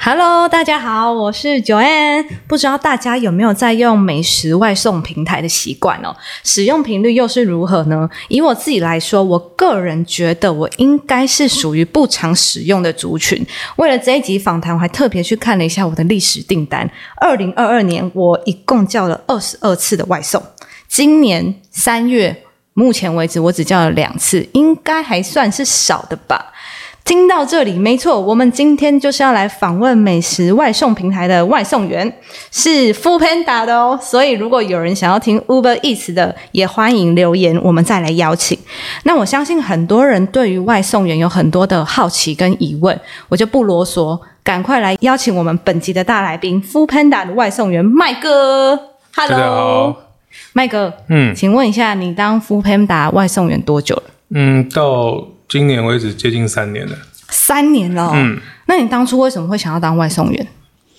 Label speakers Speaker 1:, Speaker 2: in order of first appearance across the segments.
Speaker 1: Hello，大家好，我是 Joanne。不知道大家有没有在用美食外送平台的习惯哦？使用频率又是如何呢？以我自己来说，我个人觉得我应该是属于不常使用的族群。为了这一集访谈，我还特别去看了一下我的历史订单。二零二二年，我一共叫了二十二次的外送。今年三月，目前为止我只叫了两次，应该还算是少的吧。听到这里，没错，我们今天就是要来访问美食外送平台的外送员，是 Food Panda 的哦。所以，如果有人想要听 Uber Eats 的，也欢迎留言，我们再来邀请。那我相信很多人对于外送员有很多的好奇跟疑问，我就不啰嗦，赶快来邀请我们本集的大来宾 Food Panda 的外送员麦哥。Hello，
Speaker 2: 大家好
Speaker 1: 麦哥，
Speaker 2: 嗯
Speaker 1: 请问一下，你当 Food Panda 外送员多久了？
Speaker 2: 嗯，到今年为止接近三年了。
Speaker 1: 三年
Speaker 3: 哦
Speaker 1: 了、哦
Speaker 2: 嗯，
Speaker 1: 那你当初为什么会想要当外送员？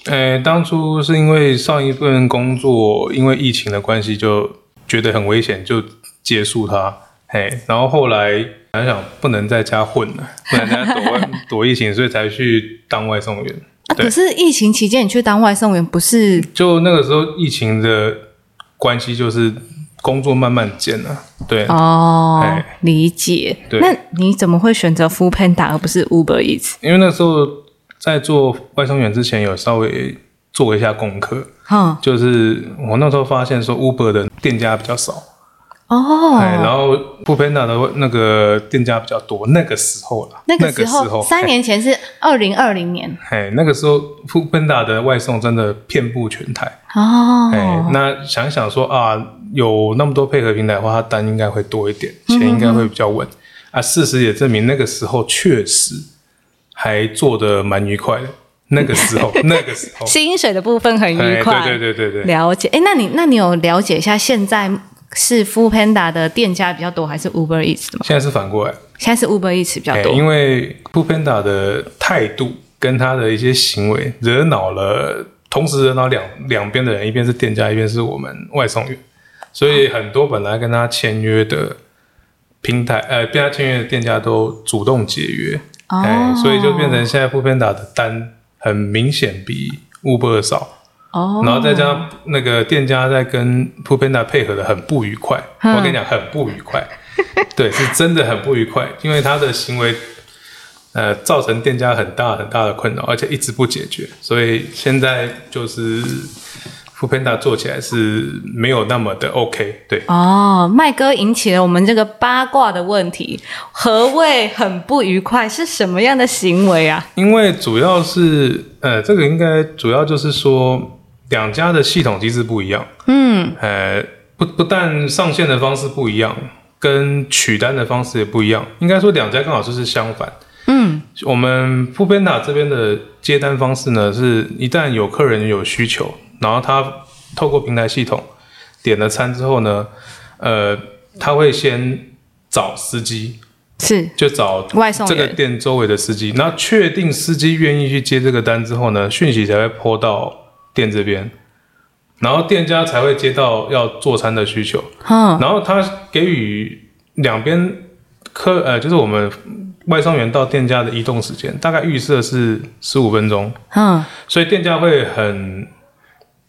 Speaker 2: 呃，当初是因为上一份工作因为疫情的关系，就觉得很危险，就结束它。嘿，然后后来想想不能在家混了，不能在家躲外躲疫情，所以才去当外送员。
Speaker 1: 啊，
Speaker 2: 对
Speaker 1: 可是疫情期间你去当外送员，不是
Speaker 2: 就那个时候疫情的关系，就是工作慢慢减了。对，
Speaker 1: 哦
Speaker 2: 哎？
Speaker 1: 理解。
Speaker 2: 对
Speaker 1: 那你怎么会选择 Food Panda 而不是 Uber Eats？
Speaker 2: 因为那时候在做外送员之前，有稍微做一下功课。
Speaker 1: 哼，
Speaker 2: 就是我那时候发现说 Uber 的店家比较少，哎，
Speaker 1: 哦，
Speaker 2: 然后 f o o p a n d a 的那个店家比较多。那个时候啦，
Speaker 1: 那
Speaker 2: 个
Speaker 1: 个时候
Speaker 2: 哎
Speaker 1: 三年前是二零二零年
Speaker 2: 哎，那个时候 f o o p a n d a 的外送真的遍布全台。哎
Speaker 1: 哦，，
Speaker 2: 那想一想说啊，有那么多配合平台的话，它单应该会多一点，
Speaker 1: 嗯
Speaker 2: 钱应该会比较稳。啊，事实也证明那个时候确实还做的蛮愉快的。那个时 候，那个时候，
Speaker 1: 薪水的部分很愉
Speaker 2: 哦哎，
Speaker 1: 快，
Speaker 2: 对对对对对，
Speaker 1: 了解。哎，那你那你有了解一下现在是 Food Panda 的店家比较多，还是 Uber Eats 的吗？
Speaker 2: 现在是反过来。
Speaker 1: 现在是 Uber Eats 比较
Speaker 2: 哎
Speaker 1: 多，
Speaker 2: 因为 f o o p a n d a 的态度跟他的一些行为惹恼了，同时惹恼两两边的人，一边是店家，一边是我们外送员，所以很多本来跟他签约的平台，呃，跟他签约的店家都主动解约，
Speaker 1: 哦
Speaker 2: 哎，所以就变成现在 f o o p a n d a 的单很明显比 Uber 少。
Speaker 1: 哦，
Speaker 2: 然后再加上那个店家在跟 p u p a n d a 配合的很不愉快，
Speaker 1: 嗯
Speaker 2: 我跟你讲很不愉快， 对，是真的很不愉快，因为他的行为呃造成店家很大很大的困扰，而且一直不解决，所以现在就是 p u p a n d a 做起来是没有那么的 OK，对，
Speaker 1: 哦，麦哥引起了我们这个八卦的问题，何谓很不愉快？是什么样的行为啊？
Speaker 2: 因为主要是呃这个应该主要就是说两家的系统机制不一样，
Speaker 1: 嗯，
Speaker 2: 呃，不不但上线的方式不一样，跟取单的方式也不一样，应该说两家刚好就是相反。嗯，我们富边塔这边的接单方式呢，是一旦有客人有需求，然后他透过平台系统点了餐之后呢，呃，他会先找司机，
Speaker 1: 是
Speaker 2: 就找
Speaker 1: 外送
Speaker 2: 这个
Speaker 1: 员。
Speaker 2: 店周围的司机，那确定司机愿意去接这个单之后呢，讯息才会拨到店这边，然后店家才会接到要做餐的需求，
Speaker 1: 嗯，
Speaker 2: 然后他给予两边客呃，就是我们外送员到店家的移动时间，大概预设是十五分钟，
Speaker 1: 嗯，
Speaker 2: 所以店家会很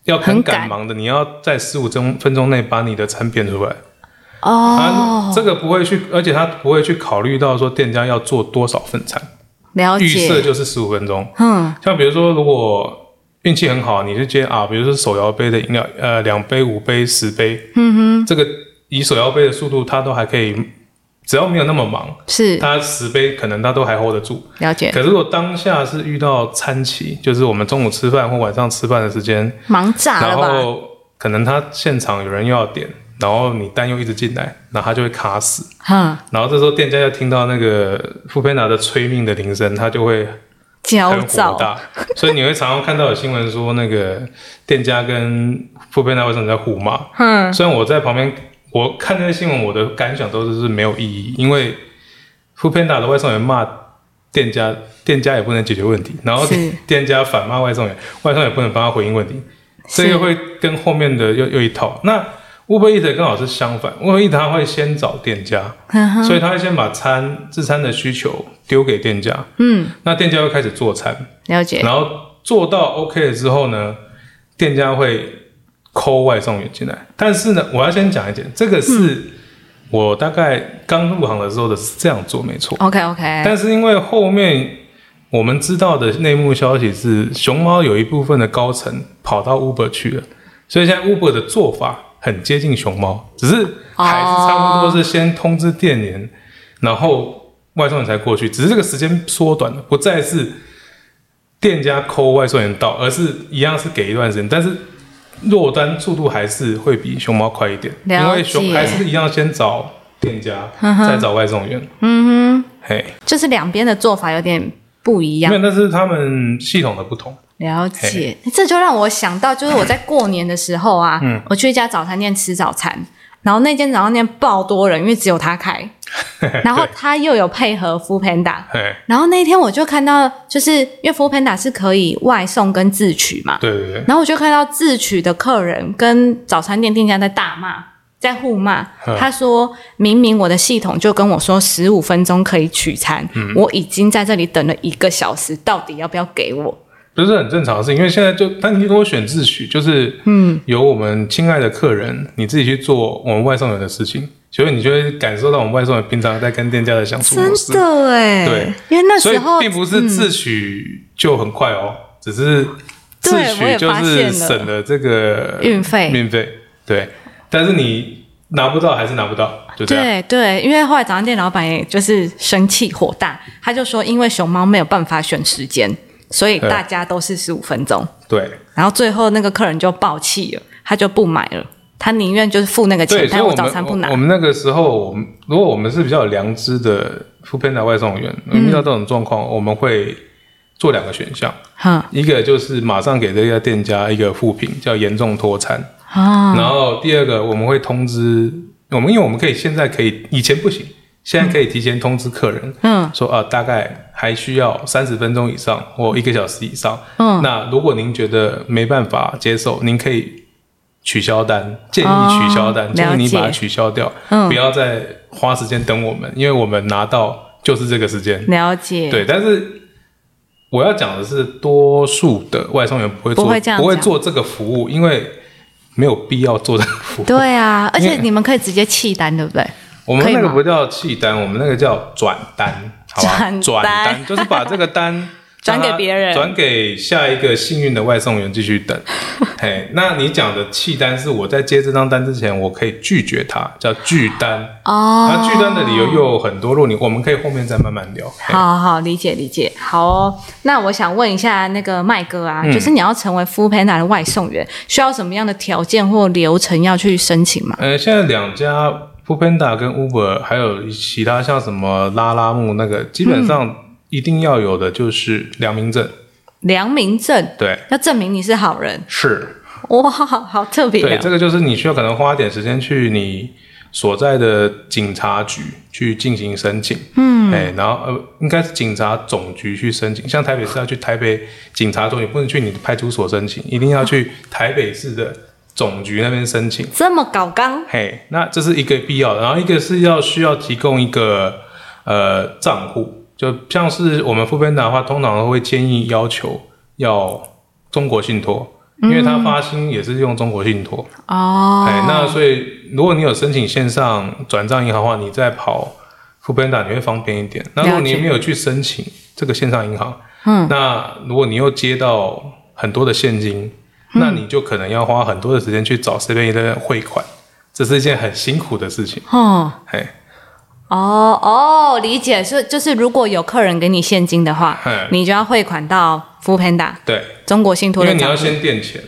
Speaker 2: 要
Speaker 1: 很
Speaker 2: 很
Speaker 1: 赶
Speaker 2: 赶忙的，你要在十五钟分钟内把你的餐变出来。他
Speaker 1: 哦，
Speaker 2: 这个不会去，而且他不会去考虑到说店家要做多少份餐，
Speaker 1: 了
Speaker 2: 预设
Speaker 1: 解。
Speaker 2: 就是十五分钟。
Speaker 1: 嗯，
Speaker 2: 像比如说，如果运气很好，你就接啊，比如说手摇杯的饮料，呃，两杯、五杯、十杯，嗯哼，这个以手摇杯的速度，它都还可以，只要没有那么忙，
Speaker 1: 是
Speaker 2: 它十杯可能它都还 hold 得住。
Speaker 1: 了解。
Speaker 2: 可是如果当下是遇到餐期，就是我们中午吃饭或晚上吃饭的时间，
Speaker 1: 忙炸
Speaker 2: 然
Speaker 1: 了吧？
Speaker 2: 后可能他现场有人又要点，然后你单又一直进来，然后他就会卡死。
Speaker 1: 哼，
Speaker 2: 然后这时候店家要听到那个富佩拿的催命的铃声，他就会
Speaker 1: 焦
Speaker 2: 很火
Speaker 1: 躁。
Speaker 2: 大。 所以你会常常看到有新闻说，那个店家跟富佩拿为什么在互骂？
Speaker 1: 嗯，
Speaker 2: 虽然我在旁边，我看这些新闻，我的感想都是是没有意义，因为 f o o Panda 的外送员骂店家，店家也不能解决问题，然后
Speaker 1: 是
Speaker 2: 店家反骂外送员，外送员也不能帮他回应问题，这
Speaker 1: 是
Speaker 2: 个会跟后面的又又一套。那 Uber Eat 刚好是相反，Uber Eat 他会先找店家，
Speaker 1: 嗯哼
Speaker 2: 所以他会先把餐自餐的需求丢给店家，
Speaker 1: 嗯，
Speaker 2: 那店家会开始做餐，
Speaker 1: 了解，
Speaker 2: 然后做到 OK 了之后呢，店家会抠外送员进来。但是呢，我要先讲一点，这个是我大概刚入行的时候的是这样做没错，
Speaker 1: OK OK，
Speaker 2: 但是因为后面。我们知道的内幕消息是，熊猫有一部分的高层跑到 Uber 去了，所以现在 Uber 的做法很接近熊猫，只是还是差不多是先通知店员，然后外送员才过去，只是这个时间缩短了，不再是店家抠外送员到，而是一样是给一段时间，但是落单速度还是会比熊猫快一点，
Speaker 1: 了解
Speaker 2: 因为熊还是一样先找店家，
Speaker 1: 嗯哼
Speaker 2: 再找外送员，
Speaker 1: 嗯哼，
Speaker 2: 嘿，
Speaker 1: 就是两边的做法有点不一
Speaker 2: 因
Speaker 1: 样
Speaker 2: 为。那是他们系统的不同。
Speaker 1: 了解，这就让我想到，就是我在过年的时候啊，我去一家早餐店吃早餐，然后那间早餐店爆多人，因为只有他开，然后他又有配合 Food Panda，
Speaker 2: 嘿，
Speaker 1: 然后那天我就看到，就是因为 Food Panda 是可以外送跟自取嘛，
Speaker 2: 对对对，
Speaker 1: 然后我就看到自取的客人跟早餐店店家在大骂，在互骂
Speaker 2: 嗯。
Speaker 1: 他说明明我的系统就跟我说十五分钟可以取餐，
Speaker 2: 嗯
Speaker 1: 我已经在这里等了一个小时，到底要不要给我？
Speaker 2: 不是很正常的事情，因为现在就，但你如果选自取，就是嗯，由我们亲爱的客人你自己去做我们外送员的事情，所以你就会感受到我们外送员平常在跟店家的相处模式。
Speaker 1: 真的哎，
Speaker 2: 对，
Speaker 1: 因为那
Speaker 2: 所
Speaker 1: 时
Speaker 2: 以
Speaker 1: 候嗯
Speaker 2: 并不是自取就很快哦，只是自
Speaker 1: 对我
Speaker 2: 取
Speaker 1: 也
Speaker 2: 就
Speaker 1: 发现
Speaker 2: 是
Speaker 1: 了
Speaker 2: 省了这个
Speaker 1: 运费
Speaker 2: 运费对，但是你拿不到还是拿不到，就这样。
Speaker 1: 对对，因为后来早餐店老板也就是生气火大，他就说因为熊猫没有办法选时间，所以
Speaker 2: 对
Speaker 1: 大家都是十五分钟。
Speaker 2: 对
Speaker 1: 然后最后那个客人就爆气了，他就不买了，他宁愿就是付那个
Speaker 2: 对，
Speaker 1: 钱，
Speaker 2: 所以
Speaker 1: 但
Speaker 2: 我
Speaker 1: 早
Speaker 2: 们
Speaker 1: 餐不拿
Speaker 2: 我。我。们那个时候，我们如果我们是比较有良知的 f o o Panda 外送员，
Speaker 1: 嗯
Speaker 2: 遇到这种状况，我们会做两个选项，
Speaker 1: 哼
Speaker 2: 一个就是马上给这家店家一个负评，叫严重拖餐。
Speaker 1: 啊，
Speaker 2: 然后第二个，我们会通知我们，因为我们可以现在可以，以前不行，现在可以提前通知客人，
Speaker 1: 嗯，
Speaker 2: 说啊，大概还需要三十分钟以上或一个小时以上。
Speaker 1: 嗯
Speaker 2: 那如果您觉得没办法接受，您可以取消单，建议取消单，
Speaker 1: 哦
Speaker 2: 建议
Speaker 1: 了
Speaker 2: 你
Speaker 1: 解
Speaker 2: 把它取消掉，
Speaker 1: 嗯
Speaker 2: 不要再花时间等我们，因为我们拿到就是这个时间。
Speaker 1: 了解。
Speaker 2: 对，但是我要讲的是，多数的外送员不会做，
Speaker 1: 不会这样讲
Speaker 2: 做这个服务，因为没有必要做这个服务。
Speaker 1: 对啊，而
Speaker 2: 因为
Speaker 1: 且你们可以直接弃单，对不对？
Speaker 2: 我们
Speaker 1: 可以
Speaker 2: 那个
Speaker 1: 吗
Speaker 2: 不叫弃单，我们那个叫转单，好吧？
Speaker 1: 转单
Speaker 2: 转单就是把这个单
Speaker 1: 转
Speaker 2: 让它
Speaker 1: 给别人
Speaker 2: 转给下一个幸运的外送员继续 等。嘿，那你讲的弃单是我在接这张单之前，我可以拒绝它，叫拒单。
Speaker 1: 哦，
Speaker 2: 那拒单的理由又有很多，如果你我们可以后面再慢慢聊。嘿
Speaker 1: 好好理解理解，好哦。那我想问一下那个麦哥啊，
Speaker 2: 嗯
Speaker 1: 就是你要成为 f o o Panda 的外送员，需要什么样的条件或流程要去申请吗？
Speaker 2: 呃，现在两家 f o o Panda 跟 Uber，还有其他像什么拉拉木那个，基本
Speaker 1: 嗯
Speaker 2: 上一定要有的就是良民证。
Speaker 1: 良民证
Speaker 2: 对，
Speaker 1: 要证明你是好人，
Speaker 2: 是
Speaker 1: 哇，好特别
Speaker 2: 对，
Speaker 1: 哦、
Speaker 2: 这个就是你需要可能花点时间去你所在的警察局去进行申请，嗯，哎，然后呃，应该是警察总局去申请，像台北市要去台北警察总局，不能去你的派出所申请，一定要去台北市的总局那边申请。
Speaker 1: 这么搞刚
Speaker 2: 嘿，那这是一个必要的，然后一个是要需要提供一个呃账户，就像是我们副班长的话，通常会建议要求要中国信托，因为他发薪也是用中国信托。
Speaker 1: 哦。
Speaker 2: 哎，那所以如果你有申请线上转账银行的话，你再跑副班长你会方便一点。那如果
Speaker 1: 了解
Speaker 2: 你没有去申请这个线上银行，
Speaker 1: 嗯，
Speaker 2: 那如果你又接到很多的现金，
Speaker 1: 嗯
Speaker 2: 那你就可能要花很多的时间去找 CBA 的汇款，这是一件很辛苦的事情。哎
Speaker 1: 哦
Speaker 2: 嘿，
Speaker 1: 哦哦，理解是就是如果有客人给你现金的话
Speaker 2: 嗯，
Speaker 1: 你就要汇款到 f o o Panda
Speaker 2: 对，
Speaker 1: 中国信
Speaker 2: 因
Speaker 1: 托
Speaker 2: 为
Speaker 1: 的
Speaker 2: 你要
Speaker 1: 账户。
Speaker 2: 先垫钱，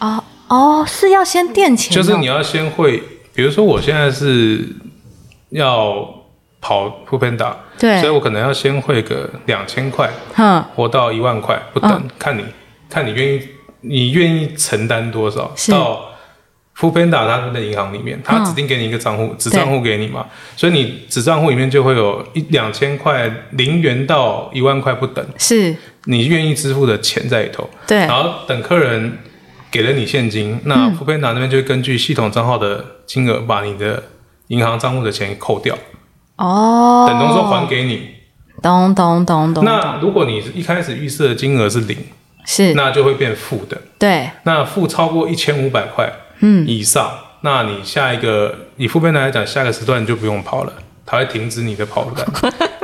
Speaker 1: 哦哦，是要先垫钱哦、
Speaker 2: 就是你要先会，比如说我现在是要跑副班长，所以
Speaker 1: 对，
Speaker 2: 我可能要先汇个两千块。
Speaker 1: 哼，
Speaker 2: 活到一万
Speaker 1: 嗯
Speaker 2: 块不等，看你看你愿意，你愿意承担多少
Speaker 1: 是。嗯
Speaker 2: 到 p a n d a 它的银行里面，它指定给你一个账户，子账户给你嘛，所以你子账户里面就会有一两千块，零元到一万块不等，
Speaker 1: 是，
Speaker 2: 你愿意支付的钱在里头。
Speaker 1: 对嗯
Speaker 2: 然，后等客人给了你现金，那 p a n d a 那边就会根据系统账号的金额把你的银行账户的钱扣掉，
Speaker 1: 哦，
Speaker 2: 等同说还给你。
Speaker 1: 懂懂懂懂，
Speaker 2: 那如果你是一开始预设的金额是零，
Speaker 1: 是，
Speaker 2: 那就会变负的。
Speaker 1: 对，
Speaker 2: 那付超过一千五百块
Speaker 1: 嗯，
Speaker 2: 以上，那你下一个以副班来讲，下个时段你就不用跑了，它会停止你的跑 单，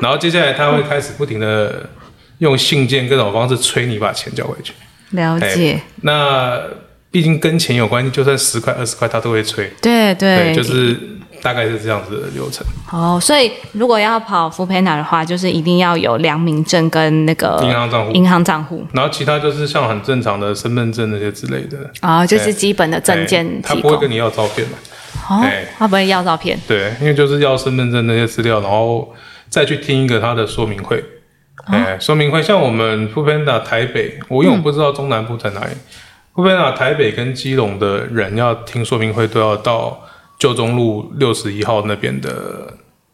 Speaker 2: 然后接下来它会开始不停的用信件各种方式催你把钱交回去。
Speaker 1: 了解，
Speaker 2: 哎那毕竟跟钱有关系，就算十块二十块，它都会催。
Speaker 1: 对对，
Speaker 2: 就是大概是这样子的流程。
Speaker 1: 哦，所以如果要跑 f o o p a n a 的话，就是一定要有良民证跟那个
Speaker 2: 银行账户
Speaker 1: 呃银行账户
Speaker 2: 然后其他就是像很正常的身份证那些之类的
Speaker 1: 啊，哦就是
Speaker 2: 对
Speaker 1: 基本的证件
Speaker 2: 哎哎他
Speaker 1: 提
Speaker 2: 不
Speaker 1: 供
Speaker 2: 会。跟你要照片嘛？
Speaker 1: 哦
Speaker 2: 哎，
Speaker 1: 他不会要照片
Speaker 2: 对，因为就是要身份证那些资料，然后再去听一个他的说明会。哎、说明会像我们 f o o p a n d a 台北，我因为我不知道中南部在哪里 f o o p a n d a 台北跟基隆的人要听说明会，都要到旧中路六十一号那边的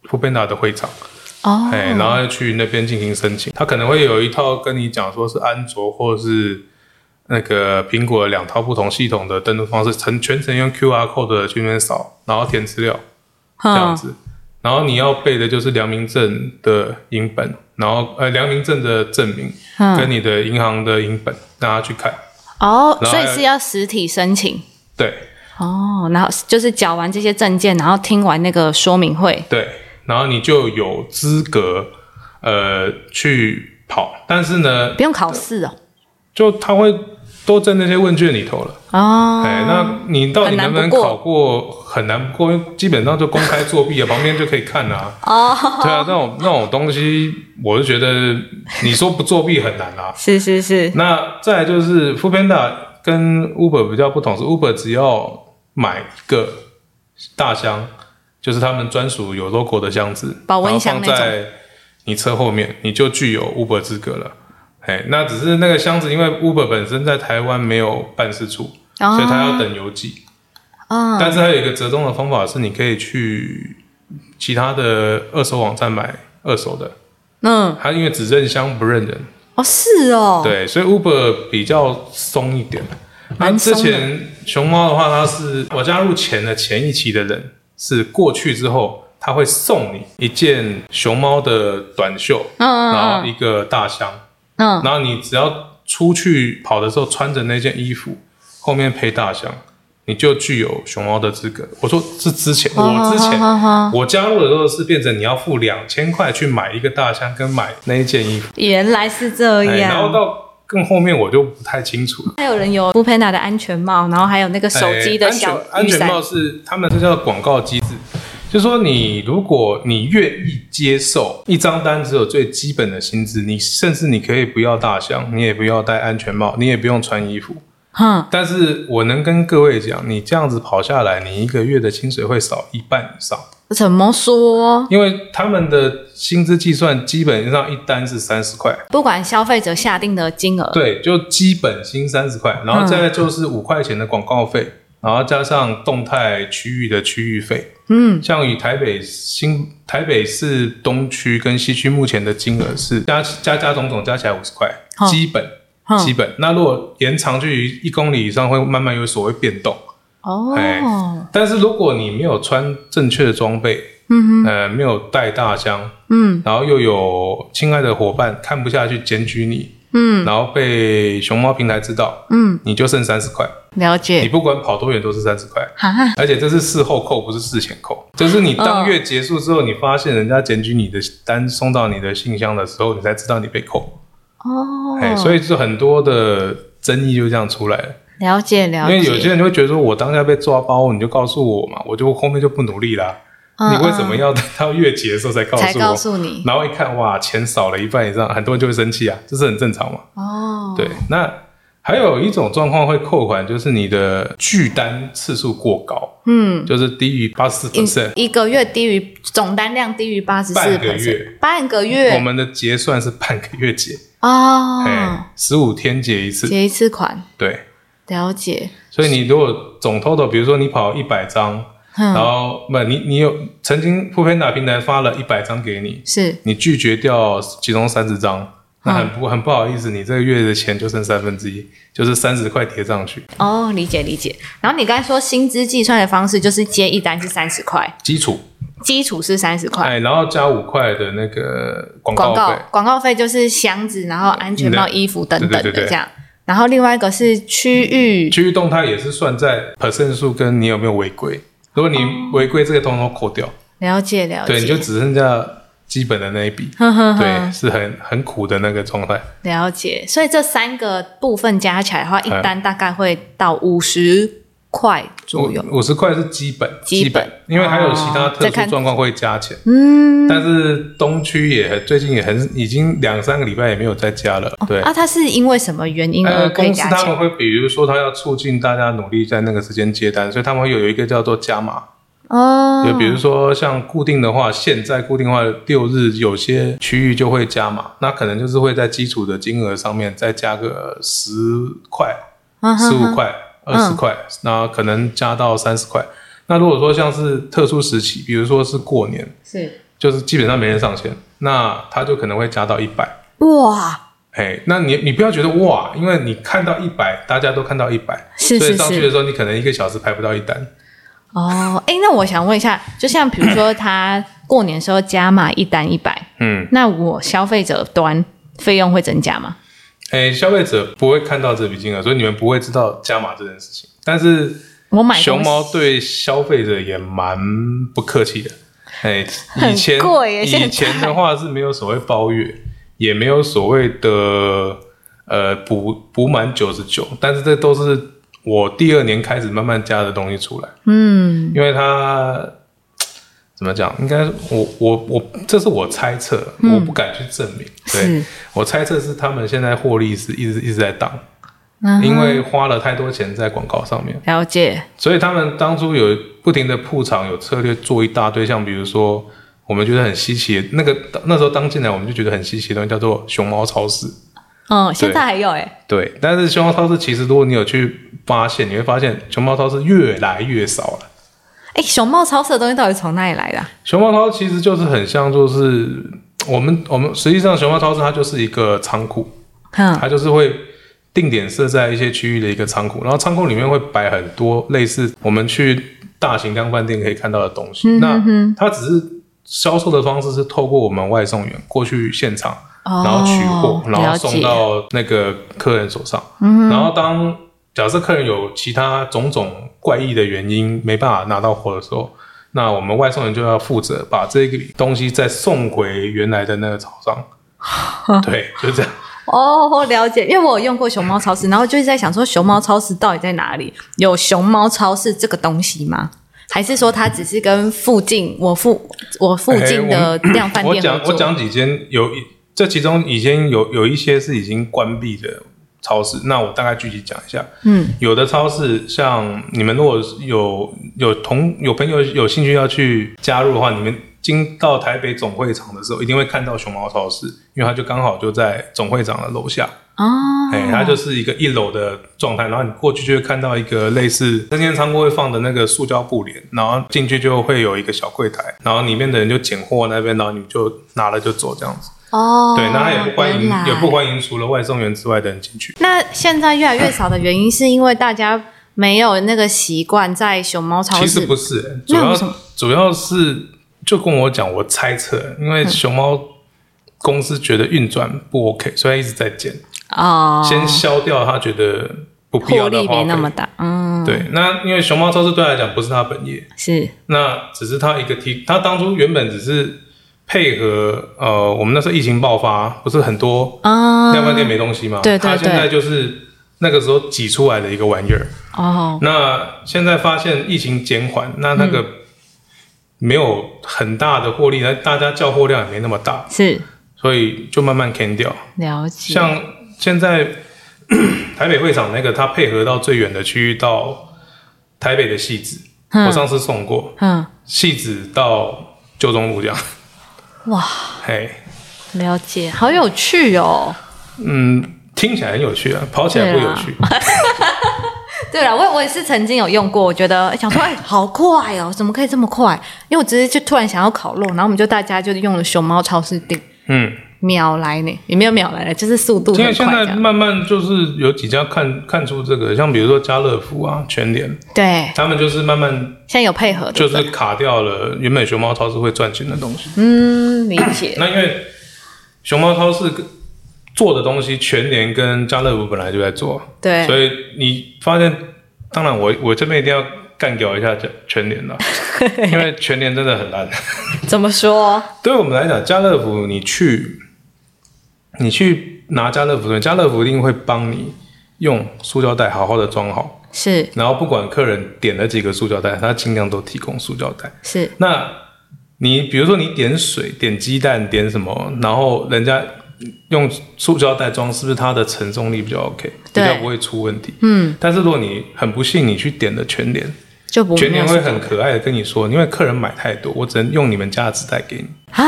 Speaker 2: f o o p a n d a 的会场，
Speaker 1: 哦，
Speaker 2: 哎、然后去那边进行申请。他可能会有一套跟你讲说是安卓或是那个苹果两套不同系统的登录方式，全全程用 QR code 的去那边扫，然后填资料。这样
Speaker 1: 嗯，
Speaker 2: 子。然后你要背的就是良民证的影本，然后呃良民证的证明、
Speaker 1: 嗯
Speaker 2: 跟你的银行的影本，让他去看。
Speaker 1: 哦，
Speaker 2: 然后
Speaker 1: 所以
Speaker 2: 还有
Speaker 1: 是要实体申请
Speaker 2: 对
Speaker 1: 哦，然后就是缴完这些证件，然后听完那个说明会，
Speaker 2: 对，然后你就有资格呃去跑，但是呢，
Speaker 1: 不用考试哦。
Speaker 2: 就他会都在那些问卷里头了。
Speaker 1: 哦，
Speaker 2: 哎、那你到底
Speaker 1: 很难
Speaker 2: 能不能
Speaker 1: 不过
Speaker 2: 考过？很难不过，因为基本上就公开作弊啊，旁边就可以看啊。
Speaker 1: 哦，
Speaker 2: 对啊，那种那种东西，我就觉得你说不作弊很难啦、啊
Speaker 1: 是是是，
Speaker 2: 那再来就是 f o o Panda 跟 Uber 比较不同，是 Uber 只要买一个大箱，就是他们专属有 logo 的箱子，
Speaker 1: 保温箱
Speaker 2: 然后放
Speaker 1: 那
Speaker 2: 在你车后面，你就具有 Uber 资格了。哎，那只是那个箱子，因为 Uber 本身在台湾没有办事处，
Speaker 1: 哦
Speaker 2: 所以它要等邮寄。
Speaker 1: 嗯，
Speaker 2: 但是还有一个折中的方法是，你可以去其他的二手网站买二手的，
Speaker 1: 嗯，
Speaker 2: 它因为只认箱不认人。
Speaker 1: 哦是哦，，
Speaker 2: 对，所以 Uber 比较松一点。那
Speaker 1: 蛮松
Speaker 2: 之
Speaker 1: 的
Speaker 2: 前熊猫的话，它是我加入前的前一期的人，是过去之后，他会送你一件熊猫的短袖，
Speaker 1: 嗯
Speaker 2: 然
Speaker 1: 嗯
Speaker 2: 后一个大箱，
Speaker 1: 嗯，
Speaker 2: 然后你只要出去跑的时候穿着那件衣服，后面配大箱，你就具有熊猫的资格。我说是之前，
Speaker 1: 哦
Speaker 2: 我之前
Speaker 1: 哈哈
Speaker 2: 我加入的时候是变成你要付两千块去买一个大箱跟买那一件衣服。
Speaker 1: 原来是这
Speaker 2: 哎，然后
Speaker 1: 样。
Speaker 2: 到更后面我就不太清楚了。
Speaker 1: 还有人有 f o o Panda 的安全帽，然后还有那个手机的
Speaker 2: 哎
Speaker 1: 小
Speaker 2: 安
Speaker 1: 雨
Speaker 2: 全安全
Speaker 1: 伞，
Speaker 2: 帽是他们这叫广告机制，就说你如果你愿意接受一张单只有最基本的薪资，你甚至你可以不要大箱，你也不要戴安全帽，你也不用穿衣服。
Speaker 1: 哼，
Speaker 2: 但是我能跟各位讲，你这样子跑下来，你一个月的薪水会少一半以上，
Speaker 1: 怎么说？哦
Speaker 2: 因为他们的薪资计算基本上一单是三十块，
Speaker 1: 不管消费者下定的金额，
Speaker 2: 对，就基本薪三十块，然后再来就是五块钱的广告费，然后加上动态区域的区域费。
Speaker 1: 嗯，
Speaker 2: 像以台北新台北市东区跟西区目前的金额是加加加总总加起来五十块
Speaker 1: 哦，
Speaker 2: 基本
Speaker 1: 哼
Speaker 2: 基本。那如果延长距离一公里以上，会慢慢有所谓变动。哎
Speaker 1: 哦，
Speaker 2: 但是如果你没有穿正确的装备，嗯呃，没有带大箱，
Speaker 1: 嗯，
Speaker 2: 然后又有亲爱的伙伴看不下去检举你，
Speaker 1: 嗯，
Speaker 2: 然后被熊猫平台知道，
Speaker 1: 嗯，
Speaker 2: 你就剩三十块，
Speaker 1: 了
Speaker 2: 你
Speaker 1: 解，
Speaker 2: 不管跑多远都是三十块，
Speaker 1: 哈，
Speaker 2: 而且这是事后扣，不是事前扣，就是你当月结束之后，你发现人家检举你的单送到你的信箱的时候，你才知道你被扣，
Speaker 1: 哦
Speaker 2: 哎、，所以就很多的争议就这样出来了。
Speaker 1: 了解了
Speaker 2: 因
Speaker 1: 解，
Speaker 2: 为有些人就会觉得说，我当下被抓包，你就告诉我嘛，我就后面就不努力啦。
Speaker 1: 嗯
Speaker 2: 你为什么要等到月结的时候才告诉我？
Speaker 1: 才告诉你
Speaker 2: 然后一看，哇，钱少了一半以上，很多人就会生气啊，这是很正常嘛。
Speaker 1: 哦，
Speaker 2: 对，那还有一种状况会扣款，就是你的拒单次数过高，
Speaker 1: 嗯。
Speaker 2: 就是低于八十 percent。
Speaker 1: 一一个月低于总单量低于八十四，
Speaker 2: 半个月，
Speaker 1: 半个
Speaker 2: 我
Speaker 1: 月
Speaker 2: 们的结算是半个月结，
Speaker 1: 哦，
Speaker 2: 哎、1十五天结一次，
Speaker 1: 结一次款
Speaker 2: 对。
Speaker 1: 了解，
Speaker 2: 所以你如果总 total，比如说你跑一百张，然
Speaker 1: 嗯，
Speaker 2: 后不，你你有曾经铺片打平台发了一百张给你，
Speaker 1: 是
Speaker 2: 你拒绝掉其中三十张，那
Speaker 1: 嗯
Speaker 2: 很不、很不好意思，你这个月的钱就剩三分之一，就是三十块叠上去，
Speaker 1: 哦，理解理解。然后你刚才说薪资计算的方式就是接一单是三十块，
Speaker 2: 基础
Speaker 1: 基础是三十块，
Speaker 2: 哎，然后加五块的那个广
Speaker 1: 广
Speaker 2: 告
Speaker 1: 告
Speaker 2: 费，
Speaker 1: 广告费就是箱子，然后安全帽、
Speaker 2: 嗯
Speaker 1: 衣服等等
Speaker 2: 对
Speaker 1: 的
Speaker 2: 对对对
Speaker 1: 这样。然后另外一个是区域，
Speaker 2: 区域动态也是算在 percent 数跟你有没有违规，如果你违规这个通通扣掉，
Speaker 1: 哦了解嗯了
Speaker 2: 对，你就
Speaker 1: 解，
Speaker 2: 只剩下基本的那一笔，
Speaker 1: 呵呵
Speaker 2: 对，
Speaker 1: 呵，
Speaker 2: 是很很苦的那个状态。
Speaker 1: 了解。所以这三个部分加起来的话，一
Speaker 2: 嗯
Speaker 1: 单大概会到五十块左右。
Speaker 2: 五十块是基本，
Speaker 1: 基本
Speaker 2: 因为还有其他
Speaker 1: 哦再
Speaker 2: 特
Speaker 1: 看
Speaker 2: 殊状况会加钱。
Speaker 1: 嗯，
Speaker 2: 但是东区也最近也很，已经两三个礼拜也没有再加了。对，
Speaker 1: 啊，它是因为什么原因而
Speaker 2: 呃，
Speaker 1: 可以
Speaker 2: 公司
Speaker 1: 加
Speaker 2: 他们
Speaker 1: 钱？
Speaker 2: 会比如说他要促进大家努力在那个时间接单，所以他们会有一个叫做加码。
Speaker 1: 哦，
Speaker 2: 就比如说像固定的话，现在固定的话六日有些区域就会加码，那可能就是会在基础的金额上面再加个十块、
Speaker 1: 嗯哼
Speaker 2: 十
Speaker 1: 哼
Speaker 2: 五块、二十块，那可能加到三十块。那如果说像是特殊时期，比如说是过年，
Speaker 1: 是
Speaker 2: 就是基本上没人上线，那他就可能会加到一百。
Speaker 1: 哇，
Speaker 2: 哎，那你你不要觉得哇，因为你看到一百，大家都看到一百，
Speaker 1: 是
Speaker 2: 所以
Speaker 1: 是
Speaker 2: 上去的
Speaker 1: 是
Speaker 2: 时候，你可能一个小时排不到一单。
Speaker 1: 哦。哎，那我想问一下，就像比如说他过年时候加码一单一百，
Speaker 2: 嗯，
Speaker 1: 那我消费者端费用会增加吗？
Speaker 2: 哎，消费者不会看到这笔金额，所以你们不会知道加码这件事情。但是
Speaker 1: 我买东
Speaker 2: 熊
Speaker 1: 西
Speaker 2: 猫对消费者也蛮不客气的。哎，以前
Speaker 1: 很贵耶现在
Speaker 2: 以前的话是没有所谓包月，也没有所谓的呃补补满九十九，但是这都是我第二年开始慢慢加的东西出来。嗯，因为它怎么讲，应该我我我这是我猜测，我不敢去证明。对
Speaker 1: 嗯是
Speaker 2: 我猜测是他们现在获利是一直一直在挡，
Speaker 1: 嗯哼
Speaker 2: 因为花了太多钱在广告上面。
Speaker 1: 了解，
Speaker 2: 所以他们当初有不停的铺场，有策略做一大堆，像比如说我们觉得很稀奇，那个那时候刚进来我们就觉得很稀奇的东西叫做熊猫超市。
Speaker 1: 嗯，现在还有哎、欸，
Speaker 2: 对，但是熊猫超市其实如果你有去发现，你会发现熊猫超市越来越少了。
Speaker 1: 哎、熊猫超市的东西到底从哪里来的啊、
Speaker 2: 熊猫超市其实就是很像，就是我们我们实际上熊猫超市它就是一个仓库，
Speaker 1: 哼，
Speaker 2: 它就是会定点设在一些区域的一个仓库，然后仓库里面会摆很多类似我们去大型量饭店可以看到的东
Speaker 1: 嗯
Speaker 2: 西。那它只是销售的方式是透过我们外送员过去现场，
Speaker 1: 哦
Speaker 2: 然后取货，然后
Speaker 1: 了解嗯
Speaker 2: 送到那个客人手上。然后当假设客人有其他种种怪异的原因没办法拿到货的时候，那我们外送人就要负责把这个东西再送回原来的那个厂 商。对，就这样。
Speaker 1: 哦，了解，因为我有用过熊猫超市，然后就是在想说熊猫超市到底在哪里？有熊猫超市这个东西吗？还是说它只是跟附近我附我附近的量贩
Speaker 2: 哎我
Speaker 1: 店合
Speaker 2: 讲
Speaker 1: 作？
Speaker 2: 我讲几间有一，这其中已经有有一些是已经关闭的超市，那我大概具体讲一下。
Speaker 1: 嗯，
Speaker 2: 有的超市像你们如果有有同有朋友有兴趣要去加入的话，你们经到台北总会场的时候，一定会看到熊猫超市，因为它就刚好就在总会场的楼下。
Speaker 1: 哦，
Speaker 2: 哎、它就是一个一楼的状态，然后你过去就会看到一个类似生鲜仓库会放的那个塑胶布帘，然后进去就会有一个小柜台，然后里面的人就拣货那边，然后你就拿了就走这样子。
Speaker 1: 哦，
Speaker 2: 对，那它也不欢迎
Speaker 1: 原，来哦
Speaker 2: 也不欢迎除了外送员之外的人进去。
Speaker 1: 那现在越来越少的原因，是因为大家没有那个习惯在熊猫超
Speaker 2: 其
Speaker 1: 市
Speaker 2: 实不是、欸主
Speaker 1: 那为
Speaker 2: 要
Speaker 1: 什么
Speaker 2: 主要是就跟我讲，我猜测，因
Speaker 1: 嗯
Speaker 2: 为熊猫公司觉得运转不 OK，所以它一直在减，
Speaker 1: 哦，
Speaker 2: 先消掉他觉得不必
Speaker 1: 获
Speaker 2: 要的
Speaker 1: 利
Speaker 2: 花
Speaker 1: 没
Speaker 2: 费。
Speaker 1: 那么大，嗯，
Speaker 2: 对，那因为熊猫超市对他来讲不是他本业，
Speaker 1: 是
Speaker 2: 那只是他一个提，他当初原本只是配合呃，我们那时候疫情爆发，不是很多
Speaker 1: 啊，
Speaker 2: 量贩店没东西嘛，
Speaker 1: 对对
Speaker 2: 他现
Speaker 1: 对
Speaker 2: 在就是那个时候挤出来的一个玩意儿。
Speaker 1: 哦，
Speaker 2: 那现在发现疫情减缓，那那
Speaker 1: 嗯
Speaker 2: 个没有很大的获利，那、大家叫货量也没那么大，
Speaker 1: 是
Speaker 2: 所以就慢慢 can 掉。
Speaker 1: 了解，
Speaker 2: 像现在 台北会场那个，它配合到最远的区域到台北的戏子，
Speaker 1: 嗯
Speaker 2: 我上次送过
Speaker 1: 嗯，
Speaker 2: 戏子到旧中路这样，
Speaker 1: 哇，
Speaker 2: 嘿，
Speaker 1: 了解，好有趣哦，啊
Speaker 2: 嗯，听起来很有趣啊，跑起来不有趣。
Speaker 1: 对了，我我也是曾经有用过，我觉得想说，哎，好快哦，怎么可以这么快？因为我只是就突然想要烤肉，然后我们就大家就用了熊猫超市订，
Speaker 2: 嗯，
Speaker 1: 秒来呢，也没有秒来了，就是速度
Speaker 2: 因
Speaker 1: 很
Speaker 2: 为现
Speaker 1: 快这
Speaker 2: 在
Speaker 1: 样。
Speaker 2: 慢慢就是有几家看看出这个，像比如说家乐福啊、全联，
Speaker 1: 对，
Speaker 2: 他们就是慢慢
Speaker 1: 现在有配合的，
Speaker 2: 就
Speaker 1: 对
Speaker 2: 是卡掉了原本熊猫超市会赚钱的东西。
Speaker 1: 嗯，理解。
Speaker 2: 那因为熊猫超市做的东西，全联跟家乐福本来就在做，
Speaker 1: 对，
Speaker 2: 所以你发现，当然我我这边一定要干掉一下全全联 了，因为全联真的很烂。
Speaker 1: 怎么说？
Speaker 2: 对我们来讲，家乐福你去，你去拿家乐福的东西，家乐福一定会帮你用塑胶袋好好的装好，
Speaker 1: 是
Speaker 2: 然后不管客人点了几个塑胶袋，他尽量都提供塑胶袋。
Speaker 1: 是，
Speaker 2: 那你比如说你点水、点鸡蛋、点什么，然后人家用塑胶袋装，是不是它的承重力比较 OK，比
Speaker 1: 对
Speaker 2: 较不会出问题？
Speaker 1: 嗯，
Speaker 2: 但是如果你很不幸你去点了全联，
Speaker 1: 就不
Speaker 2: 全联
Speaker 1: 没
Speaker 2: 会
Speaker 1: 有
Speaker 2: 很可爱的跟你说，因为客人买太多，我只能用你们家的纸袋给你，
Speaker 1: 啊，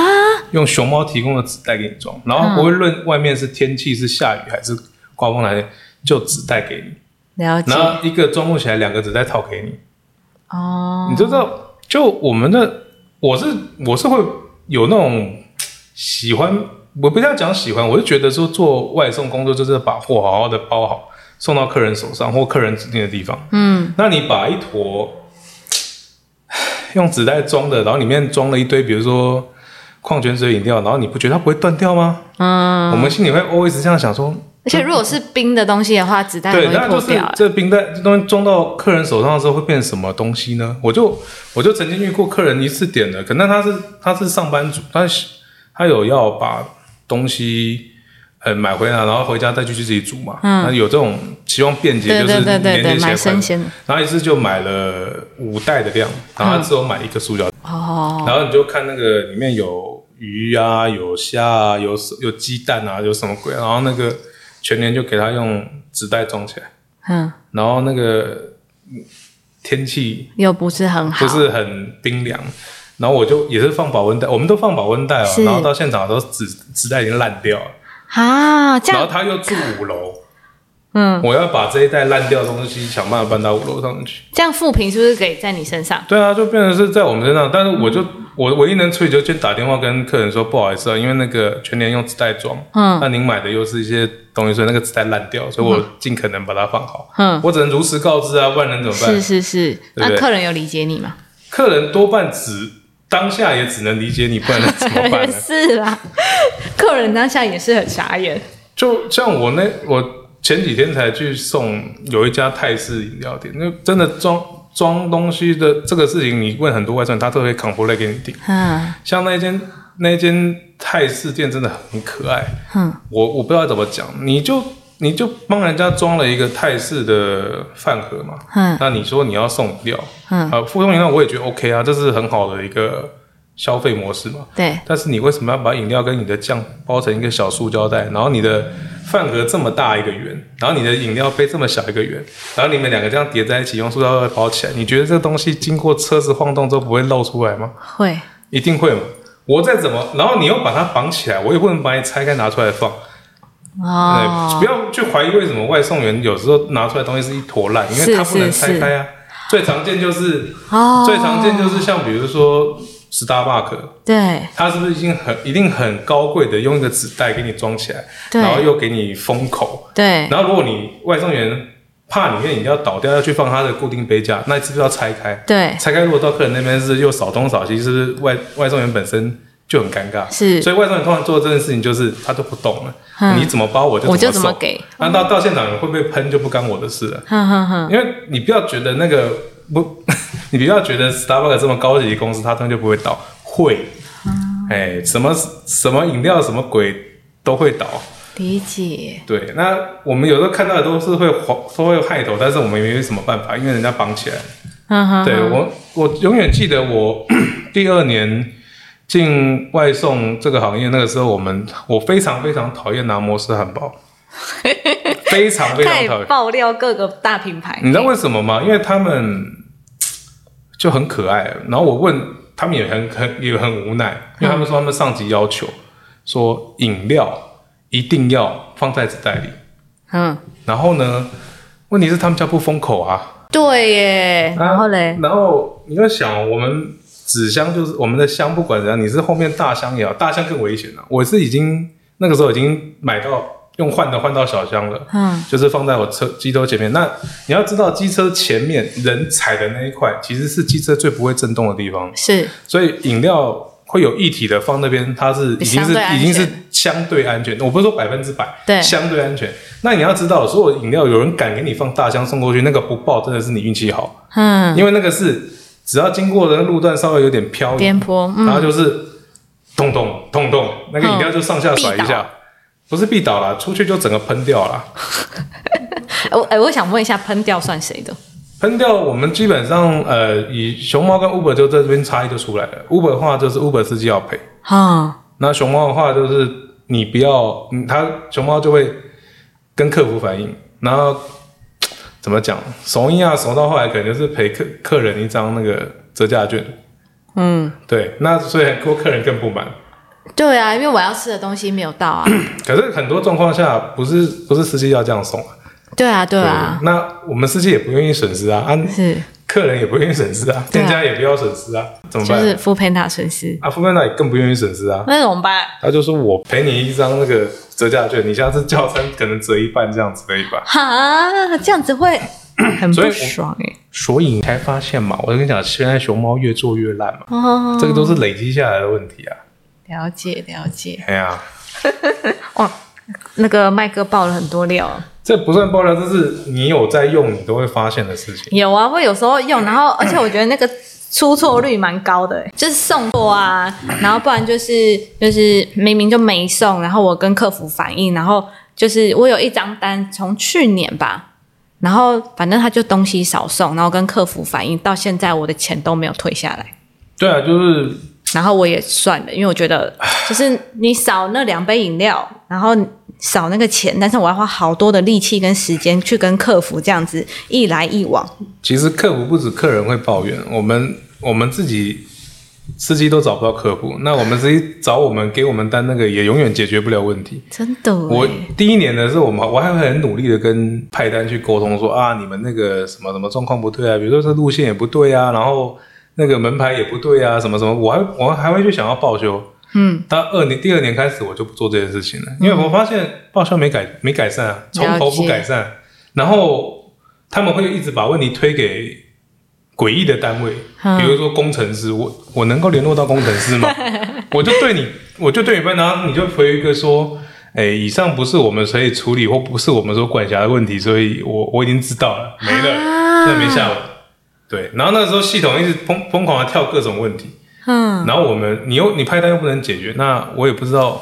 Speaker 2: 用熊猫提供的纸袋给你装，然后不会论外面是天气是下雨还是刮风来，就纸袋给你，
Speaker 1: 了解
Speaker 2: 然后一个装不起来，两个纸袋套给你，
Speaker 1: 哦，
Speaker 2: 你知道，就我们的，我是我是会有那种喜欢，我不要讲喜欢，我就觉得说做外送工作就是把货好好的包好，送到客人手上或客人指定的地方。
Speaker 1: 嗯，
Speaker 2: 那你把一坨用纸袋装的，然后里面装了一堆，比如说矿泉水饮料，然后你不觉得它不会断掉吗？
Speaker 1: 嗯，
Speaker 2: 我们心里会 always 这样想说，
Speaker 1: 而且如果是冰的东西的话，子弹
Speaker 2: 对，
Speaker 1: 容易
Speaker 2: 那
Speaker 1: 破
Speaker 2: 就是
Speaker 1: 掉。哎
Speaker 2: 这冰袋这东西装到客人手上的时候会变成什么东西呢？我就我就曾经遇过客人一次点的，可能他是他是上班族，他是他有要把东西呃买回来，然后回家再去自己煮嘛。
Speaker 1: 嗯
Speaker 2: 那有这种希望便捷，
Speaker 1: 对
Speaker 2: 就是
Speaker 1: 对对对对，
Speaker 2: 连接起
Speaker 1: 买
Speaker 2: 来
Speaker 1: 生
Speaker 2: 快。
Speaker 1: 鲜的嗯
Speaker 2: 然后一次就买了五袋的量，然后他只有买一个塑胶袋
Speaker 1: 哦，
Speaker 2: 然后你就看那个里面有鱼啊，有虾啊，有有鸡蛋啊，有什么鬼？然后那个全年就给他用纸袋装起来，
Speaker 1: 嗯，
Speaker 2: 然后那个嗯天气
Speaker 1: 又不是很好，
Speaker 2: 不是很冰凉，然后我就也是放保温袋，我们都放保温袋哦
Speaker 1: 是，
Speaker 2: 然后到现场都纸纸袋已经烂掉了，
Speaker 1: 啊，这
Speaker 2: 然后
Speaker 1: 样，
Speaker 2: 他又住五楼，
Speaker 1: 嗯，
Speaker 2: 我要把这一袋烂掉的东西想办法搬到五楼上去。
Speaker 1: 这样负评是不是给在你身上？
Speaker 2: 对啊，就变成是在我们身上，但是我就、我唯一能处理就先打电话跟客人说不好意思啊，因为那个全年用纸袋装，
Speaker 1: 嗯
Speaker 2: 那您买的又是一些东西，所以那个纸袋烂掉，所以我尽可能把它放好，
Speaker 1: 嗯
Speaker 2: 我只能如实告知啊，不然能怎么办？
Speaker 1: 是是是，
Speaker 2: 对
Speaker 1: 那
Speaker 2: 不对
Speaker 1: 客人有理解你吗？
Speaker 2: 客人多半只当下也只能理解你，不然能怎么 办呢？
Speaker 1: 是啦，客人当下也是很傻眼。
Speaker 2: 就像我那我前几天才去送有一家泰式饮料店，那真的装装东西的这个事情，你问很多外送员，他都会 complain 给你听。
Speaker 1: 嗯
Speaker 2: 像那一间那一间泰式店真的很可爱，
Speaker 1: 哼，
Speaker 2: 我我不知道怎么讲，你就你就帮人家装了一个泰式的饭盒嘛，
Speaker 1: 嗯
Speaker 2: 那你说你要送饮料，
Speaker 1: 嗯
Speaker 2: 呃，附送饮料我也觉得 OK 啊，这是很好的一个消费模式嘛。
Speaker 1: 对，
Speaker 2: 但是你为什么要把饮料跟你的酱包成一个小塑胶袋，然后你的饭盒这么大一个圆，然后你的饮料杯这么小一个圆，然后你们两个这样叠在一起用塑胶袋包起来，你觉得这个东西经过车子晃动之后不会漏出来吗？
Speaker 1: 会，
Speaker 2: 一定会嘛。我再怎么，然后你又把它绑起来，我也不能把你拆开拿出来放。
Speaker 1: 哦
Speaker 2: 对，不要去怀疑为什么外送员有时候拿出来的东西是一坨烂，因为
Speaker 1: 是
Speaker 2: 他不能
Speaker 1: 是
Speaker 2: 拆开啊。最常见就是、
Speaker 1: 哦，
Speaker 2: 最常见就是像比如说 Starbucks，
Speaker 1: 对
Speaker 2: 它是不是已经很一定很高贵的用一个纸袋给你装起来，
Speaker 1: 对
Speaker 2: 然后又给你封口，
Speaker 1: 对，
Speaker 2: 然后如果你外送员怕里面饮料倒掉要去放它的固定杯架，那你是不是要拆开？
Speaker 1: 对
Speaker 2: 拆开如果到客人那边是又少东少西，是不是外外送员本身就很尴尬？
Speaker 1: 是
Speaker 2: 所以外送员通常做这件事情就是他就不懂了，
Speaker 1: 嗯
Speaker 2: 你怎么包我就
Speaker 1: 我就怎么
Speaker 2: 送
Speaker 1: 给，
Speaker 2: 那、
Speaker 1: 嗯
Speaker 2: 到到现场会不会喷就不干我的事了，
Speaker 1: 哼哼哼，
Speaker 2: 因为你不要觉得那个不， 你不要觉得 Starbucks 这么高级的公司，它当然就不会倒，会，
Speaker 1: 嗯
Speaker 2: 哎、什么什么饮料什么鬼都会倒。
Speaker 1: 理解，
Speaker 2: 对，那我们有时候看到的都是会黄都会有害头，但是我们没有什么办法，因为人家绑起来。
Speaker 1: 嗯哼，
Speaker 2: 对我，我永远记得我 第二年进外送这个行业那个时候，我们我非常非常讨厌拿摩斯汉 堡，非常非常讨
Speaker 1: 太
Speaker 2: 厌。
Speaker 1: 爆料各个大品牌，
Speaker 2: 你知道为什么吗？因为他们就很可爱，然后我问他们也很很也很无奈，因为他们说他们上级要求说饮料一定要放在纸袋里，
Speaker 1: 嗯，
Speaker 2: 然后呢，问题是他们家不封口啊。
Speaker 1: 对耶，
Speaker 2: 啊
Speaker 3: 然后嘞，
Speaker 2: 然后你要想，我们纸箱就是我们的箱，不管怎样，你是后面大箱也好，大箱更危险了、我是已经那个时候已经买到用换的换到小箱了，
Speaker 1: 嗯，
Speaker 2: 就是放在我车机车前面。那你要知道，机车前面人踩的那一块，其实是机车最不会震动的地方，
Speaker 1: 是
Speaker 2: 所以饮料。会有液体的放那边，它是已经
Speaker 1: 相
Speaker 2: 是
Speaker 1: 对安全
Speaker 2: 已经是相对安全，我不是说百分之百，
Speaker 1: 对
Speaker 2: 相对安全。那你要知道，所有饮料有人敢给你放大箱送过去，那个不爆真的是你运气好。
Speaker 1: 嗯，
Speaker 2: 因为那个是只要经过的路段稍微有点漂移，
Speaker 1: 边坡，
Speaker 2: 然后
Speaker 1: 嗯，
Speaker 2: 就是咚咚咚咚，那个饮料就上下甩一
Speaker 1: 必
Speaker 2: 下，不是必倒啦，出去就整个喷掉啦。
Speaker 1: 我哎，我想问一下，喷掉算谁的？
Speaker 2: 喷掉我们基本上呃，以熊猫跟 Uber 就在这边差异就出来了。Uber 的话就是 Uber 司机要赔，
Speaker 1: 哈，
Speaker 2: 那熊猫的话就是你不要，嗯它熊猫就会跟客服反映，然后怎么讲，怂一啊，怂到后来可能就是赔客客人一张那个折价券。
Speaker 1: 嗯，
Speaker 2: 对，那所以很多客人更不满。
Speaker 1: 对啊，因为我要吃的东西没有 到啊，
Speaker 2: 可是很多状况下，不是不是司机要这样送啊。
Speaker 1: 对啊，对啊，
Speaker 2: 那我们司机也不愿意损失啊，啊，
Speaker 1: 是，
Speaker 2: 客人也不愿意损失啊，
Speaker 1: 对啊
Speaker 2: 店家也不要损失啊，怎么
Speaker 1: 就
Speaker 2: 办？
Speaker 1: 是副佩纳损失，
Speaker 2: 啊，副班长也更不愿意损失啊，
Speaker 1: 那怎么办？
Speaker 2: 他就说我赔你一张那个折价券，你下次叫餐可能折一半这样子的一半。
Speaker 1: 哈，这样子 会很
Speaker 2: 所以
Speaker 1: 不
Speaker 2: 我
Speaker 1: 爽哎。
Speaker 2: 所以你才发现嘛，我就跟你讲，现在熊猫越做越烂嘛，
Speaker 1: 哦，
Speaker 2: 这个都是累积下来的问题啊。
Speaker 1: 了解了解。
Speaker 2: 哎呀、
Speaker 1: 哇，那个麦哥爆了很多料。
Speaker 2: 这不算爆料，这是你有在用，你都会发现的事情。
Speaker 1: 有啊，我有时候用，然后而且我觉得那个出错率蛮高的、欸，就是送错啊，然后不然就是就是明明就没送，然后我跟客服反映，然后就是我有一张单从去年吧。然后反正他就东西少送，然后跟客服反映，到现在我的钱都没有退下来。
Speaker 2: 对啊，就是
Speaker 1: 然后我也算了，因为我觉得就是你少那两杯饮料，然后少那个钱，但是我要花好多的力气跟时间去跟客服这样子一来一往。
Speaker 2: 其实客服不止客人会抱怨，我们我们自己司机都找不到客服，那我们司机找我们给我们单那个也永远解决不了问题。
Speaker 1: 真的、欸，
Speaker 2: 我第一年的时候，我们我还会很努力的跟派单去沟通说啊，你们那个什么什么状况不对啊，比如说这路线也不对啊，然后那个门牌也不对啊，什么什么，我还我还会去想要报修。嗯，到二年第二年开始我就不做这件事情了，因为我发现报修没改没改善啊，从头不改善，然后他们会一直把问题推给诡异的单位，
Speaker 1: 嗯
Speaker 2: 比如说工程师，我我能够联络到工程师吗？我就对你，我就对你问，然后你就回一个说，哎，以上不是我们可以处理，或不是我们所管辖的问题，所以我我已经知道了，没了，
Speaker 1: 啊
Speaker 2: 那没下文。对，然后那时候系统一直疯疯狂的跳各种问题，
Speaker 1: 嗯，
Speaker 2: 然后我们你又你派单又不能解决，那我也不知道，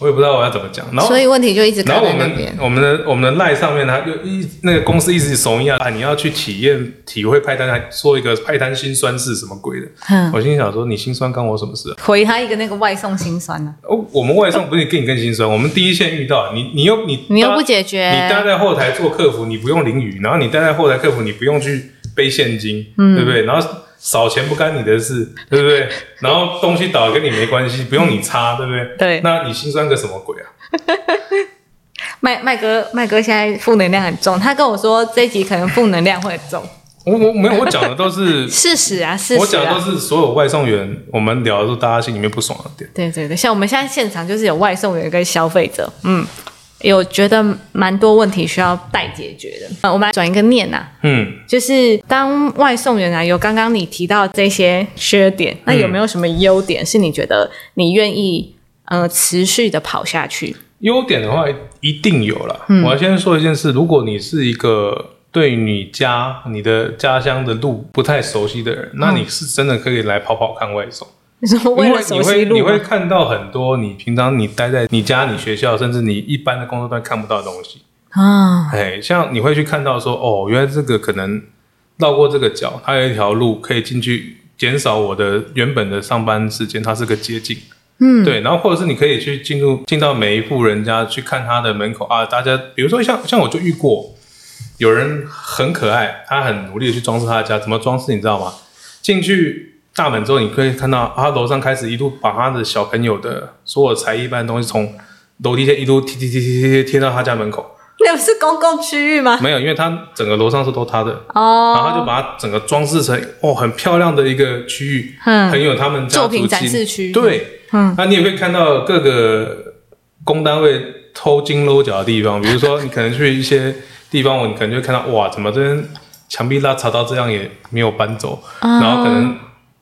Speaker 2: 我也不知道我要怎么讲，然后
Speaker 1: 所以问题就一直
Speaker 2: 然
Speaker 1: 卡
Speaker 2: 后我
Speaker 1: 在那
Speaker 2: 们
Speaker 1: 边。
Speaker 2: 我们的我们的赖上面，他就一那个公司一直怂恿啊，你要去体验体会派单，还说一个派单心酸是什么鬼的。
Speaker 1: 哼，
Speaker 2: 我心想说，你心酸干我什么事啊？
Speaker 1: 回他一个那个外送心酸啊呢、
Speaker 2: 哦，我们外送不是跟你更心酸，我们第一线遇到你，你又你
Speaker 1: 你又
Speaker 2: 搭
Speaker 1: 不解决
Speaker 2: 你待在后台做客服，你不用淋雨，然后你待在后台客服，你不用去背现金，
Speaker 1: 嗯
Speaker 2: 对不对？然后少钱不干你的事，对不对？然后东西倒了跟你没关系，不用你 擦，对不对？
Speaker 1: 对
Speaker 2: 那你心酸个什么鬼啊？
Speaker 1: 麦麦哥，麦哥现在负能量很重，他跟我说这一集可能负能量会很重，
Speaker 2: 我我没有，我讲的都 是
Speaker 1: 事实啊，事
Speaker 2: 我
Speaker 1: 实
Speaker 2: 讲的都
Speaker 1: 啊。
Speaker 2: 是所有外送员，我们聊的都大家心里面不爽的点。
Speaker 1: 对对对，像我们现在现场就是有外送员跟消费者，嗯，有觉得蛮多问题需要待解决的。呃我们来转一个念呐、啊，
Speaker 2: 嗯，
Speaker 1: 就是当外送员啊，有刚刚你提到这些缺点，那
Speaker 2: 嗯
Speaker 1: 有没有什么优点是你觉得你愿意呃持续的跑下去？
Speaker 2: 优点的话一定有啦。
Speaker 1: 嗯
Speaker 2: 我要先说一件事，如果你是一个对你家、你的家乡的路不太熟悉的
Speaker 1: 嗯
Speaker 2: 人，那你是真的可以来跑跑看外送，
Speaker 1: 你说为
Speaker 2: 因
Speaker 1: 了
Speaker 2: 为
Speaker 1: 熟
Speaker 2: 你
Speaker 1: 悉
Speaker 2: 会你
Speaker 1: 路
Speaker 2: 会
Speaker 1: 吗？
Speaker 2: 看到很多你平常你待在你家、你学校，甚至你一般的工作段看不到的东西。
Speaker 1: 啊，
Speaker 2: 哎，像你会去看到说，哦，原来这个可能绕过这个角，它有一条路可以进去，减少我的原本的上班时间，它是个捷径。嗯，对，然后或者是你可以去进入进到每一户人家去看他的门口啊，大家比如说像像我就遇过有人很可爱，他很努力的去装饰他的家，怎么装饰你知道吗？进去大门之后，你可以看到啊，楼上开始一路把他的小朋友的所有才艺班的东西从楼梯间一路贴贴贴贴贴贴贴到他家门口，
Speaker 1: 那不是公共区域 吗？
Speaker 2: 没有，因为他整个楼上是都他的，
Speaker 1: 哦，
Speaker 2: 然后他就把它整个装饰成哦很漂亮的一个区域，
Speaker 1: 嗯
Speaker 2: 很有他们家
Speaker 1: 作品
Speaker 2: 族
Speaker 1: 展
Speaker 2: 情
Speaker 1: 示区
Speaker 2: 对，
Speaker 1: 嗯，
Speaker 2: 那你也会看到各个工单位偷金搂脚的地方，比如说你可能去一些地方，我你可能就会看到哇，怎么这边墙壁拉碴到这样也没有搬走，
Speaker 1: 哦
Speaker 2: 然后可能。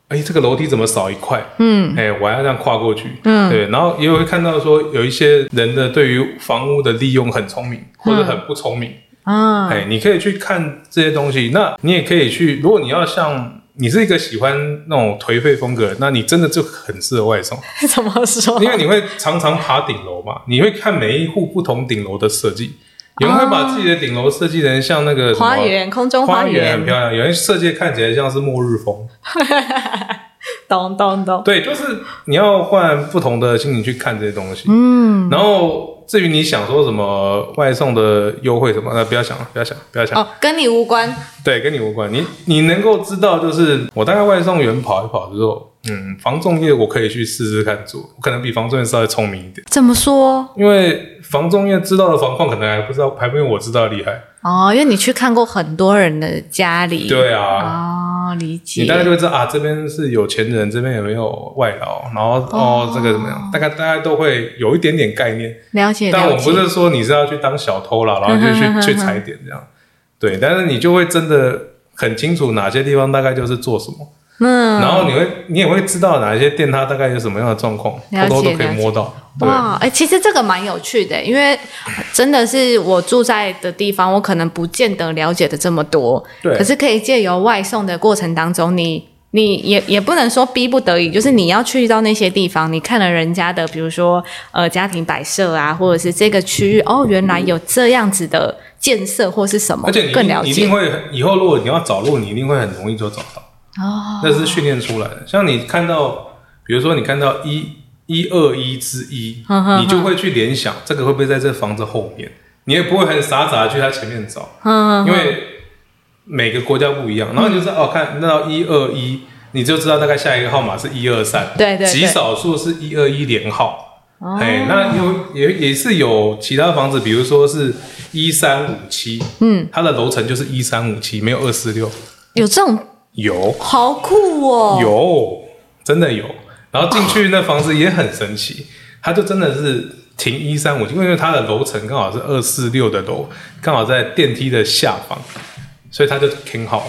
Speaker 2: 哎，这个楼梯怎么少一块？嗯，哎，我还要这样跨过去。嗯，对，然后也会看到说有一些人的对于房屋的利用很聪明，或
Speaker 1: 嗯
Speaker 2: 者很不聪明。
Speaker 1: 啊，
Speaker 2: 哎，你可以去看这些东西，那你也可以去。如果你要像你是一个喜欢那种颓废风格的，那你真的就很适合外送，
Speaker 1: 怎么说？
Speaker 2: 因为你会常常爬顶楼嘛，你会看每一户不同顶楼的设计。有人会把自己的顶楼设计成像那个什么
Speaker 1: 花园，空中
Speaker 2: 花园很
Speaker 1: 园，
Speaker 2: 漂亮，有人设计看起来像是末日风。
Speaker 1: 懂懂懂，
Speaker 2: 对，就是你要换不同的心情去看这些东西。嗯，然后至于你想说什么外送的优惠什么，那不要想了，不要想，不要想。
Speaker 1: 哦，跟你无关，
Speaker 2: 对，跟你无关。你你能够知道，就是我大概外送员跑一跑之后，嗯，防重业我可以去试试看做，我可能比防重业稍微聪明一点，
Speaker 1: 怎么说？
Speaker 2: 因为防重业知道的防况可能还不知道，还没有我知道的厉害。
Speaker 1: 哦，因为你去看过很多人的家里，
Speaker 2: 对啊，
Speaker 1: 哦，理
Speaker 2: 你大概
Speaker 1: 解，
Speaker 2: 就会知道啊，这边是有钱人，这边有没有外劳，然后哦这个怎么样，大概大家都会有一点点嗯概念。
Speaker 1: 了解，
Speaker 2: 但我
Speaker 1: 了
Speaker 2: 不
Speaker 1: 解。
Speaker 2: 是说你是要去当小偷啦，然后就去去踩点这样，对，但是你就会真的很清楚哪些地方大概就是做什么。
Speaker 1: 嗯，
Speaker 2: 然后你会，你也会知道哪一些店它大概有什么样的状况，
Speaker 1: 了解
Speaker 2: 偷偷都可以摸到。对，
Speaker 1: 哇，哎、其实这个蛮有趣的，因为真的是我住在的地方，我可能不见得了解的这么多，
Speaker 2: 对
Speaker 1: 可是可以借由外送的过程当中，你你也也不能说逼不得已，就是你要去到那些地方，你看了人家的，比如说呃家庭摆设啊，或者是这个区域，哦，原来有这样子的建设或是什么，
Speaker 2: 而且你
Speaker 1: 更了
Speaker 2: 一定
Speaker 1: 解
Speaker 2: 会以后如果你要找路，你一定会很容易就找到，
Speaker 1: 哦，
Speaker 2: 那是训练出来的。像你看到，比如说你看到一一二一之一
Speaker 1: 哼嗯哼，哼
Speaker 2: 你就会去联想这个会不会在这房子后面，你也不会很傻傻的去它前面找，
Speaker 1: 嗯，
Speaker 2: 因为每个国家不一样。然后你就知道哦，看那到一二一，你就知道大概下一个号码是一二三，
Speaker 1: 对对对
Speaker 2: 极少数是一二一连号。
Speaker 1: 哦
Speaker 2: 哎，那有也也是有其他房子，比如说是一三五七，嗯，它的楼层就是一三五七，没有二四六，
Speaker 1: 有这种
Speaker 2: 有
Speaker 1: 好酷哦，
Speaker 2: 有真的有。然后进去那房子也很神奇，它就真的是停一三五七，因为它的楼层刚好是二四六的楼，刚好在电梯的下方，所以它就停好了。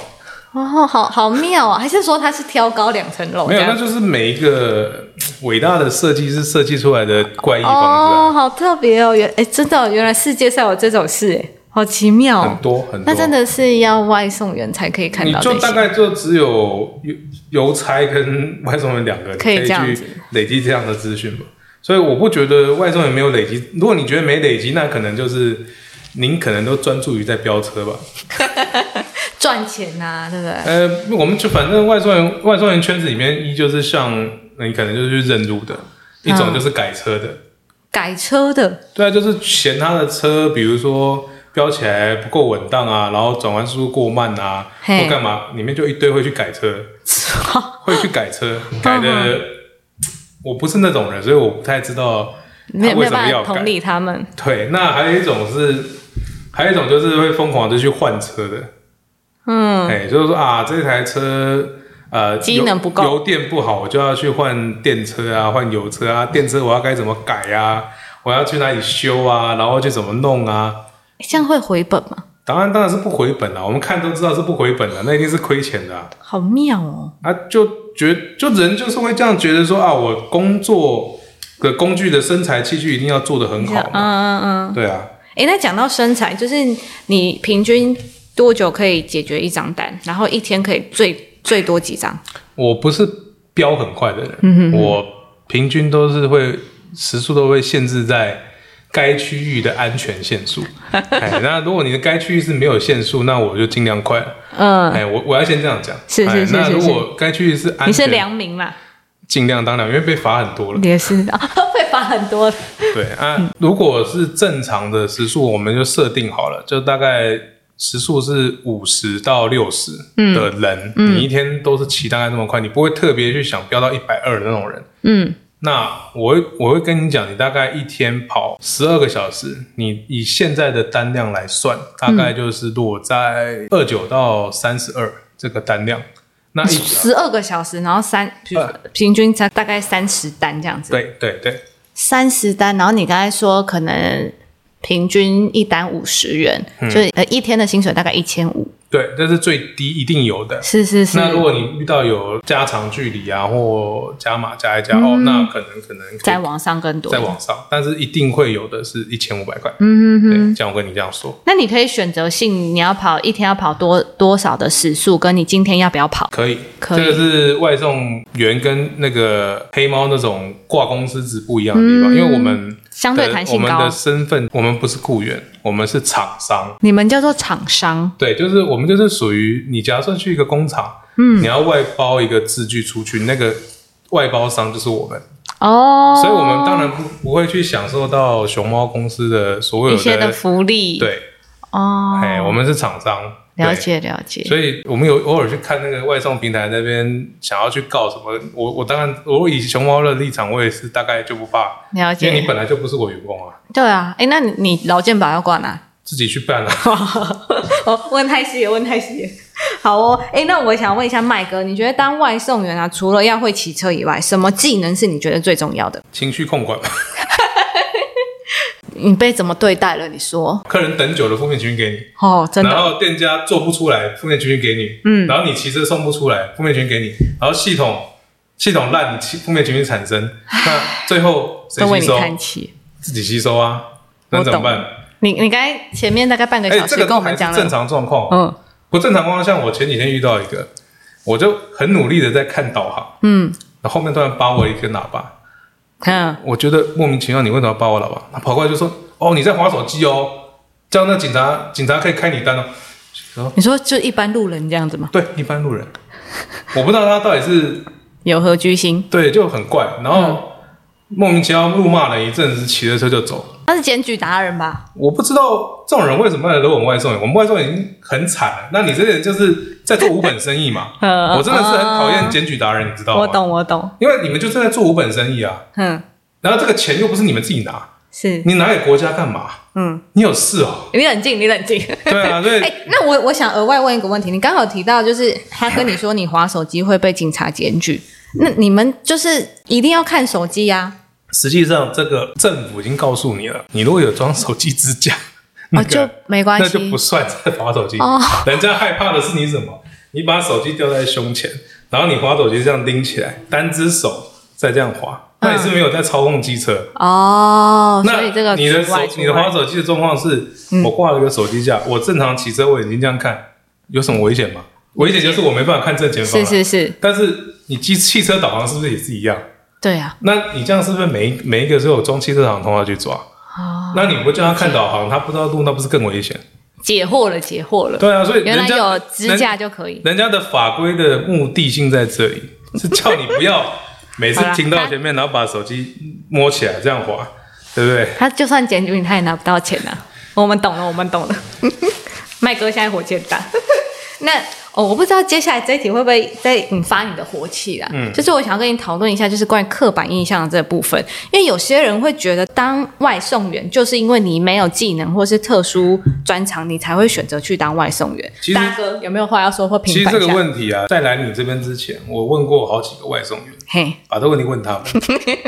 Speaker 1: 哦，好好妙啊，还是说它是挑高两层楼
Speaker 2: 没
Speaker 1: 哦
Speaker 2: 有，
Speaker 1: 这样
Speaker 2: 那就是每一个伟大的设计师设计出来的怪异房子啊、
Speaker 1: 哦，好特别哦！原哎，真的哦、原来世界上有这种事，哎，好奇妙、
Speaker 2: 很
Speaker 1: 哦。
Speaker 2: 多很多。
Speaker 1: 那真的是要外送员才可以看
Speaker 2: 你
Speaker 1: 到
Speaker 2: 就
Speaker 1: 这
Speaker 2: 大
Speaker 1: 些。
Speaker 2: 概就只有邮邮差跟外送员两个人
Speaker 1: 可以这样
Speaker 2: 去
Speaker 1: 子
Speaker 2: 累积这样的资讯吧。所以我不觉得外送员没有累积，如果你觉得没累积，那可能就是您可能都专注于在飙车吧。
Speaker 1: 赚钱呐、对不对？
Speaker 2: 呃，我们就反正外送员外送员圈子里面，一就是像你可能就是去认路的，一
Speaker 1: 嗯
Speaker 2: 种就是改车的，
Speaker 1: 改 车的，
Speaker 2: 对啊，就是嫌他的车，比如说飙起来不够稳当啊，然后转弯速度过慢啊，
Speaker 1: 嘿
Speaker 2: 或干嘛，里面就一堆会去改车。会去改车，
Speaker 1: 嗯
Speaker 2: 改的我不是那种人，所以我不太知道
Speaker 1: 没有
Speaker 2: 他
Speaker 1: 没
Speaker 2: 为
Speaker 1: 有
Speaker 2: 什么
Speaker 1: 办法
Speaker 2: 要改
Speaker 1: 同。理他们
Speaker 2: 对，那还有一种是，还有一种就是会疯狂的去换车的，嗯，哎，就是说啊，这台车。呃，
Speaker 1: 机
Speaker 2: 油
Speaker 1: 能不够
Speaker 2: 油电不好，我就要去换电车啊，换油车啊。电车我要该怎么改啊？我要去哪里修啊？然后去怎么弄啊？
Speaker 1: 诶这样会回本吗？
Speaker 2: 当然，当然是不回本了、啊我们看都知道是不回本的、那一定是亏钱的、啊。
Speaker 1: 好妙哦！
Speaker 2: 啊，就觉就人就是会这样觉得说啊，我工作的工具的身材器具一定要做得很好嘛，
Speaker 1: 嗯嗯嗯。
Speaker 2: 对啊，
Speaker 1: 哎，那讲到身材，就是你平均多久可以解决一张单？然后一天可以最最多几张？
Speaker 2: 我不是飙很快的人，
Speaker 1: 嗯
Speaker 2: 我平均都是会时速都会限制在该区域的安全限 速。哎，那如果你的该区域是没有限速，那我就尽量快了。
Speaker 1: 嗯，
Speaker 2: 哎，我我要先这样讲，
Speaker 1: 是是
Speaker 2: 哎
Speaker 1: 是
Speaker 2: 那
Speaker 1: 是
Speaker 2: 如
Speaker 1: 是
Speaker 2: 果该区域是安
Speaker 1: 你是
Speaker 2: 全，
Speaker 1: 良民啦，
Speaker 2: 尽量当然，因为被罚很多了。
Speaker 1: 也 是啊，会罚很多的。
Speaker 2: 对啊，如果是正常的时速，我们就设定好了，就大概时速是五十到六十
Speaker 1: 嗯
Speaker 2: 的人，你一天都是骑大概那么快，你不会特别去想飙到一百二的那种人。
Speaker 1: 嗯，
Speaker 2: 那我会我会跟你讲，你大概一天跑十二个小时，你以现在的单量来算，大概就是落在二九到三十二这个单量。那一
Speaker 1: 十二个小时，然后三
Speaker 2: 哎呃
Speaker 1: 平均才大概三十单这样子。，
Speaker 2: 对对对
Speaker 4: 三十单，然后你刚才说可能平均一单五十元，
Speaker 2: 嗯
Speaker 4: 就是呃一天的薪水大概一千五，
Speaker 2: 对，这是最低一定有的。
Speaker 4: 是是是，
Speaker 2: 那如果你遇到有加长距离啊，或加码加一加、哦，那可能可能可以
Speaker 4: 再往上更嗯多，
Speaker 2: 再往上，但是一定会有的是一千五百块。
Speaker 4: 嗯哼哼。
Speaker 2: 对，这样我跟你这样说，
Speaker 4: 那你可以选择性，你要跑一天要跑多多少的时速，跟你今天要不要跑，
Speaker 2: 可以。
Speaker 4: 可以
Speaker 2: 这个是外送员跟那个黑猫那种挂公司制不一样的地方，因为我们
Speaker 4: 嗯相对
Speaker 2: 的
Speaker 4: 弹
Speaker 2: 我
Speaker 4: 性
Speaker 2: 们
Speaker 4: 高
Speaker 2: 的。身份，我们不是雇员，我们是厂商。
Speaker 4: 你们叫做厂商，
Speaker 2: 对，就是我们就是属于你，假设去一个工厂，
Speaker 4: 嗯
Speaker 2: 你要外包一个字据出去，那个外包商就是我们，
Speaker 4: 哦，
Speaker 2: 所以我们当然不不会去享受到熊猫公司的所有
Speaker 4: 一些的福利，，
Speaker 2: 对，
Speaker 4: 哦，
Speaker 2: 哎、我们是厂商，
Speaker 4: 了
Speaker 2: 对。
Speaker 4: 解了解，
Speaker 2: 所以我们有偶尔去看那个外送平台那边想要去告什么，我我当然我以熊猫的立场，我也是大概就不怕，
Speaker 4: 了
Speaker 2: 因为
Speaker 4: 解
Speaker 2: 你，本来就不是我员工啊，
Speaker 4: 对啊，哎，那你你劳健保要挂哪？
Speaker 2: 自己去办啊。
Speaker 1: 哦，问太细了，问太细了。 好哦，哎，那我想问一下麦哥，你觉得当外送员啊，除了要会骑车以外，什么技能是你觉得最重要的？
Speaker 2: 情绪控管，
Speaker 4: 你被怎么对待了？你说
Speaker 2: 客人等久了，负面情绪给你。
Speaker 1: 哦，真
Speaker 2: 然
Speaker 1: 的，
Speaker 2: 后店家做不出来，负面情绪给你，嗯，然后你骑车送不出来，负面情绪给你，然后系统系统烂，你气负面情绪产生，那最后谁
Speaker 4: 都为你
Speaker 2: 吸收？
Speaker 4: 叹气。
Speaker 2: 自己吸收啊，那
Speaker 4: 我
Speaker 2: 怎么
Speaker 4: 懂
Speaker 2: 办？
Speaker 4: 你你刚才前面大概半个
Speaker 2: 哎、
Speaker 4: 小
Speaker 2: 这
Speaker 4: 时
Speaker 2: 个
Speaker 4: 跟我
Speaker 2: 还
Speaker 4: 们
Speaker 2: 是
Speaker 4: 讲
Speaker 2: 正
Speaker 4: 了，
Speaker 2: 常哦状况，
Speaker 4: 嗯，
Speaker 2: 不正常状况，像我前几天遇到一个，我就很努力的在看导航，嗯，然后后面突然扒我一个喇叭，
Speaker 1: 嗯，
Speaker 2: 我觉得莫名其妙，你为什么要扒我喇叭？他跑过来就说：“哦，你在划手机哦，这样那警察警察可以开你单哦。”我说
Speaker 1: 你说就一般路人这样子吗：“？
Speaker 2: 对，一般路人，我不知道他到底是
Speaker 1: 有何居心？
Speaker 2: 对，就很怪，
Speaker 4: 嗯
Speaker 2: 然后、莫名其妙怒骂了一阵子，骑着车就走。
Speaker 1: 他是检举达人吧？？
Speaker 2: 我不知道这种人为什么要来惹我们外送员，我们外送员已经很惨了，那你这个人就是在做无本生意嘛
Speaker 1: 嗯
Speaker 2: 我真的是很讨厌检举达人，你知道吗？
Speaker 1: 我，懂，我懂，
Speaker 2: 因为你们就是在做无本生意啊，
Speaker 1: 嗯，
Speaker 2: 然后这个钱又不是你们自己拿，
Speaker 1: 是，
Speaker 2: 你拿给国家干嘛？
Speaker 1: 嗯，
Speaker 2: 你有事 哦？
Speaker 1: 你冷静，你冷静。
Speaker 2: 对啊，所以
Speaker 1: 哎、那我我想额外问一个问题，你刚好提到就是他跟你说你划手机会被警察检举，那你们就是一定要看手机呀、
Speaker 2: 实际上这个政府已经告诉你了，你如果有装手机支架，那
Speaker 1: 哦，
Speaker 2: 个
Speaker 1: 就没关
Speaker 2: 那就
Speaker 1: 系
Speaker 2: 不。算在划手机。
Speaker 1: 哦
Speaker 2: 人家害怕的是你什么？你把手机吊在胸前，然后你划手机这样拎起来，单只手再这样划，那你是没有在操控机车。
Speaker 1: 哦，嗯所
Speaker 2: 那
Speaker 1: 以这个
Speaker 2: 你的
Speaker 1: 除
Speaker 2: 手
Speaker 1: 外
Speaker 2: 你的
Speaker 1: 除外
Speaker 2: 划手机的状况是，
Speaker 1: 嗯
Speaker 2: 我挂了一个手机架，我正常骑车我眼睛这样看，有什么危险吗？危险就是我没办法看正前方、啊。
Speaker 1: 是是是，
Speaker 2: 但是你机汽车导航是不是也是一样？
Speaker 1: 对啊，
Speaker 2: 那你这样是不是每一每一个都有装汽车导航通话去抓？
Speaker 1: 哦
Speaker 2: 那你不叫他看导航，他不知道路，那不是更危险？
Speaker 1: 解惑了，解惑了。
Speaker 2: 对啊，所以
Speaker 1: 原来
Speaker 2: 人家
Speaker 1: 有支
Speaker 2: 人
Speaker 1: 架就可以。
Speaker 2: 人家的法规的目的性在这 里，是叫你不要每次
Speaker 1: 好啦
Speaker 2: 停到前面，然后把手机摸起来这样滑，对不对？
Speaker 1: 他就算检举你，他也拿不到钱啊。我们懂了，我们 懂了。麦哥现在火箭大。那哦，我不知道接下来这一题会不会再引发你的火气啦。嗯，就是我想要跟你讨论一下，就是关于刻板印象的这部分，因为有些人会觉得当外送员，就是因为你没有技能或是特殊专长，你才会选择去当外送员
Speaker 2: 其。实
Speaker 1: 大哥有没有话要说或
Speaker 2: 其实
Speaker 1: 平反
Speaker 2: 这
Speaker 1: 一
Speaker 2: 个
Speaker 1: 下？
Speaker 2: 问题啊，在来你这边之前，我问过好几个外送员，
Speaker 1: 嘿，
Speaker 2: 把这个问题问他们，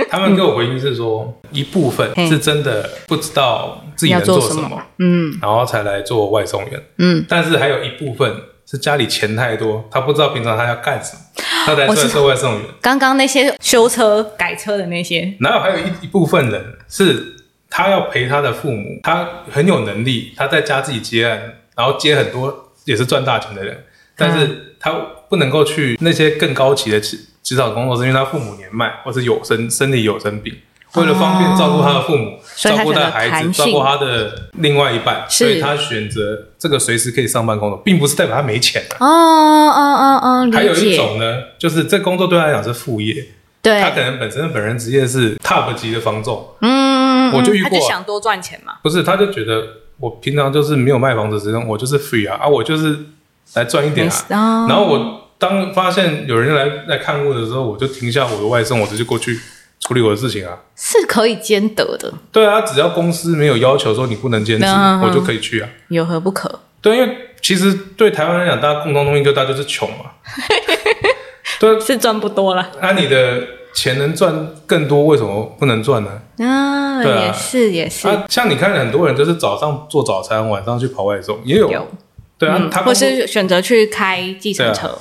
Speaker 2: 他们给我回应是说，一部分
Speaker 1: 嗯嘿
Speaker 2: 是真的不知道自己能
Speaker 1: 要做
Speaker 2: 什
Speaker 1: 什
Speaker 2: 么
Speaker 1: 么，嗯
Speaker 2: 然后才来做外送员，
Speaker 1: 嗯，
Speaker 2: 但是还有一部分是家里钱太多，他不知道平常他要干什么，他才
Speaker 1: 我
Speaker 2: 出来
Speaker 1: 知道
Speaker 2: 做外送员。
Speaker 1: 刚刚那些修车、改车的那些，
Speaker 2: 然后还有一一部分人是他要陪他的父母，他很有能力，他在家自己接案，然后接很多也是赚大钱的人，但
Speaker 1: 嗯
Speaker 2: 是他不能够去那些更高级的职职场工作，是因为他父母年迈或是有身身体有生病。为了方便照顾他的父母，
Speaker 1: 嗯所以
Speaker 2: 照
Speaker 1: 他
Speaker 2: 顾他的
Speaker 1: 选择
Speaker 2: 孩子，
Speaker 1: 弹
Speaker 2: 照
Speaker 1: 性
Speaker 2: 顾他的另外一半，
Speaker 1: 是
Speaker 2: 所以他选择这个随时可以上班工作，并不是代表他没钱啊。
Speaker 1: 哦哦哦哦，
Speaker 2: 还有
Speaker 1: 理
Speaker 2: 一
Speaker 1: 解。
Speaker 2: 种呢，就是这工作对他来讲是副业，
Speaker 1: 对，
Speaker 2: 他可能本身本人职业是 top 级的房仲，
Speaker 1: 嗯，
Speaker 2: 我就遇
Speaker 1: 他
Speaker 2: 过
Speaker 1: 就
Speaker 2: 啊
Speaker 1: 想多赚钱嘛。
Speaker 2: 不是，他就觉得我平常就是没有卖房子之中，我就是 free 啊，啊，我就是来赚一点啊。
Speaker 1: 啊
Speaker 2: 然后我当发现有人来来看屋的时候，我就停下我的外送，我直接过去处理我的事情啊。
Speaker 1: 是可以兼得的，
Speaker 2: 对啊，只要公司没有要求说你不能兼职，
Speaker 1: 嗯嗯嗯
Speaker 2: 我就可以去啊。
Speaker 1: 有何不可？
Speaker 2: 对，因为其实对台湾来讲，大家共同东西就大家就是穷嘛。对，
Speaker 1: 是赚不多了
Speaker 2: 那、你的钱能赚更多，为什么不能赚呢？
Speaker 1: 啊，
Speaker 2: 对啊
Speaker 1: 也是也是，
Speaker 2: 啊，像你看很多人就是早上做早餐，晚上去跑外送，也有。
Speaker 1: 有
Speaker 2: 对啊，
Speaker 1: 嗯
Speaker 2: 他
Speaker 1: 或
Speaker 2: 们啊
Speaker 1: 是选择去开计程车，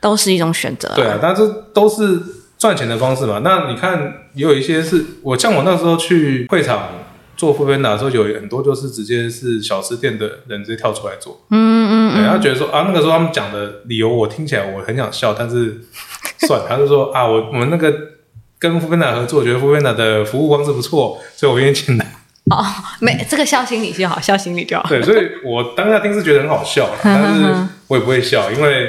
Speaker 1: 都是一种选择啊。
Speaker 2: 对啊，但是都是赚钱的方式嘛。那你看，也有一些是我像我那时候去会场做副编打的时候，有很多就是直接是小吃店的人直接跳出来做，嗯嗯对，他觉得说啊，那个时候他们讲的理由我听起来我很想笑，但 是算了，他就说啊，我我们那个。跟富芬达合作，觉得富芬达的服务方式不错，所以我愿意进来。
Speaker 1: 没这个笑心理就好，笑心理就好。
Speaker 2: 对，所以我当下听是觉得很好 笑啦，但是我也不会笑，因为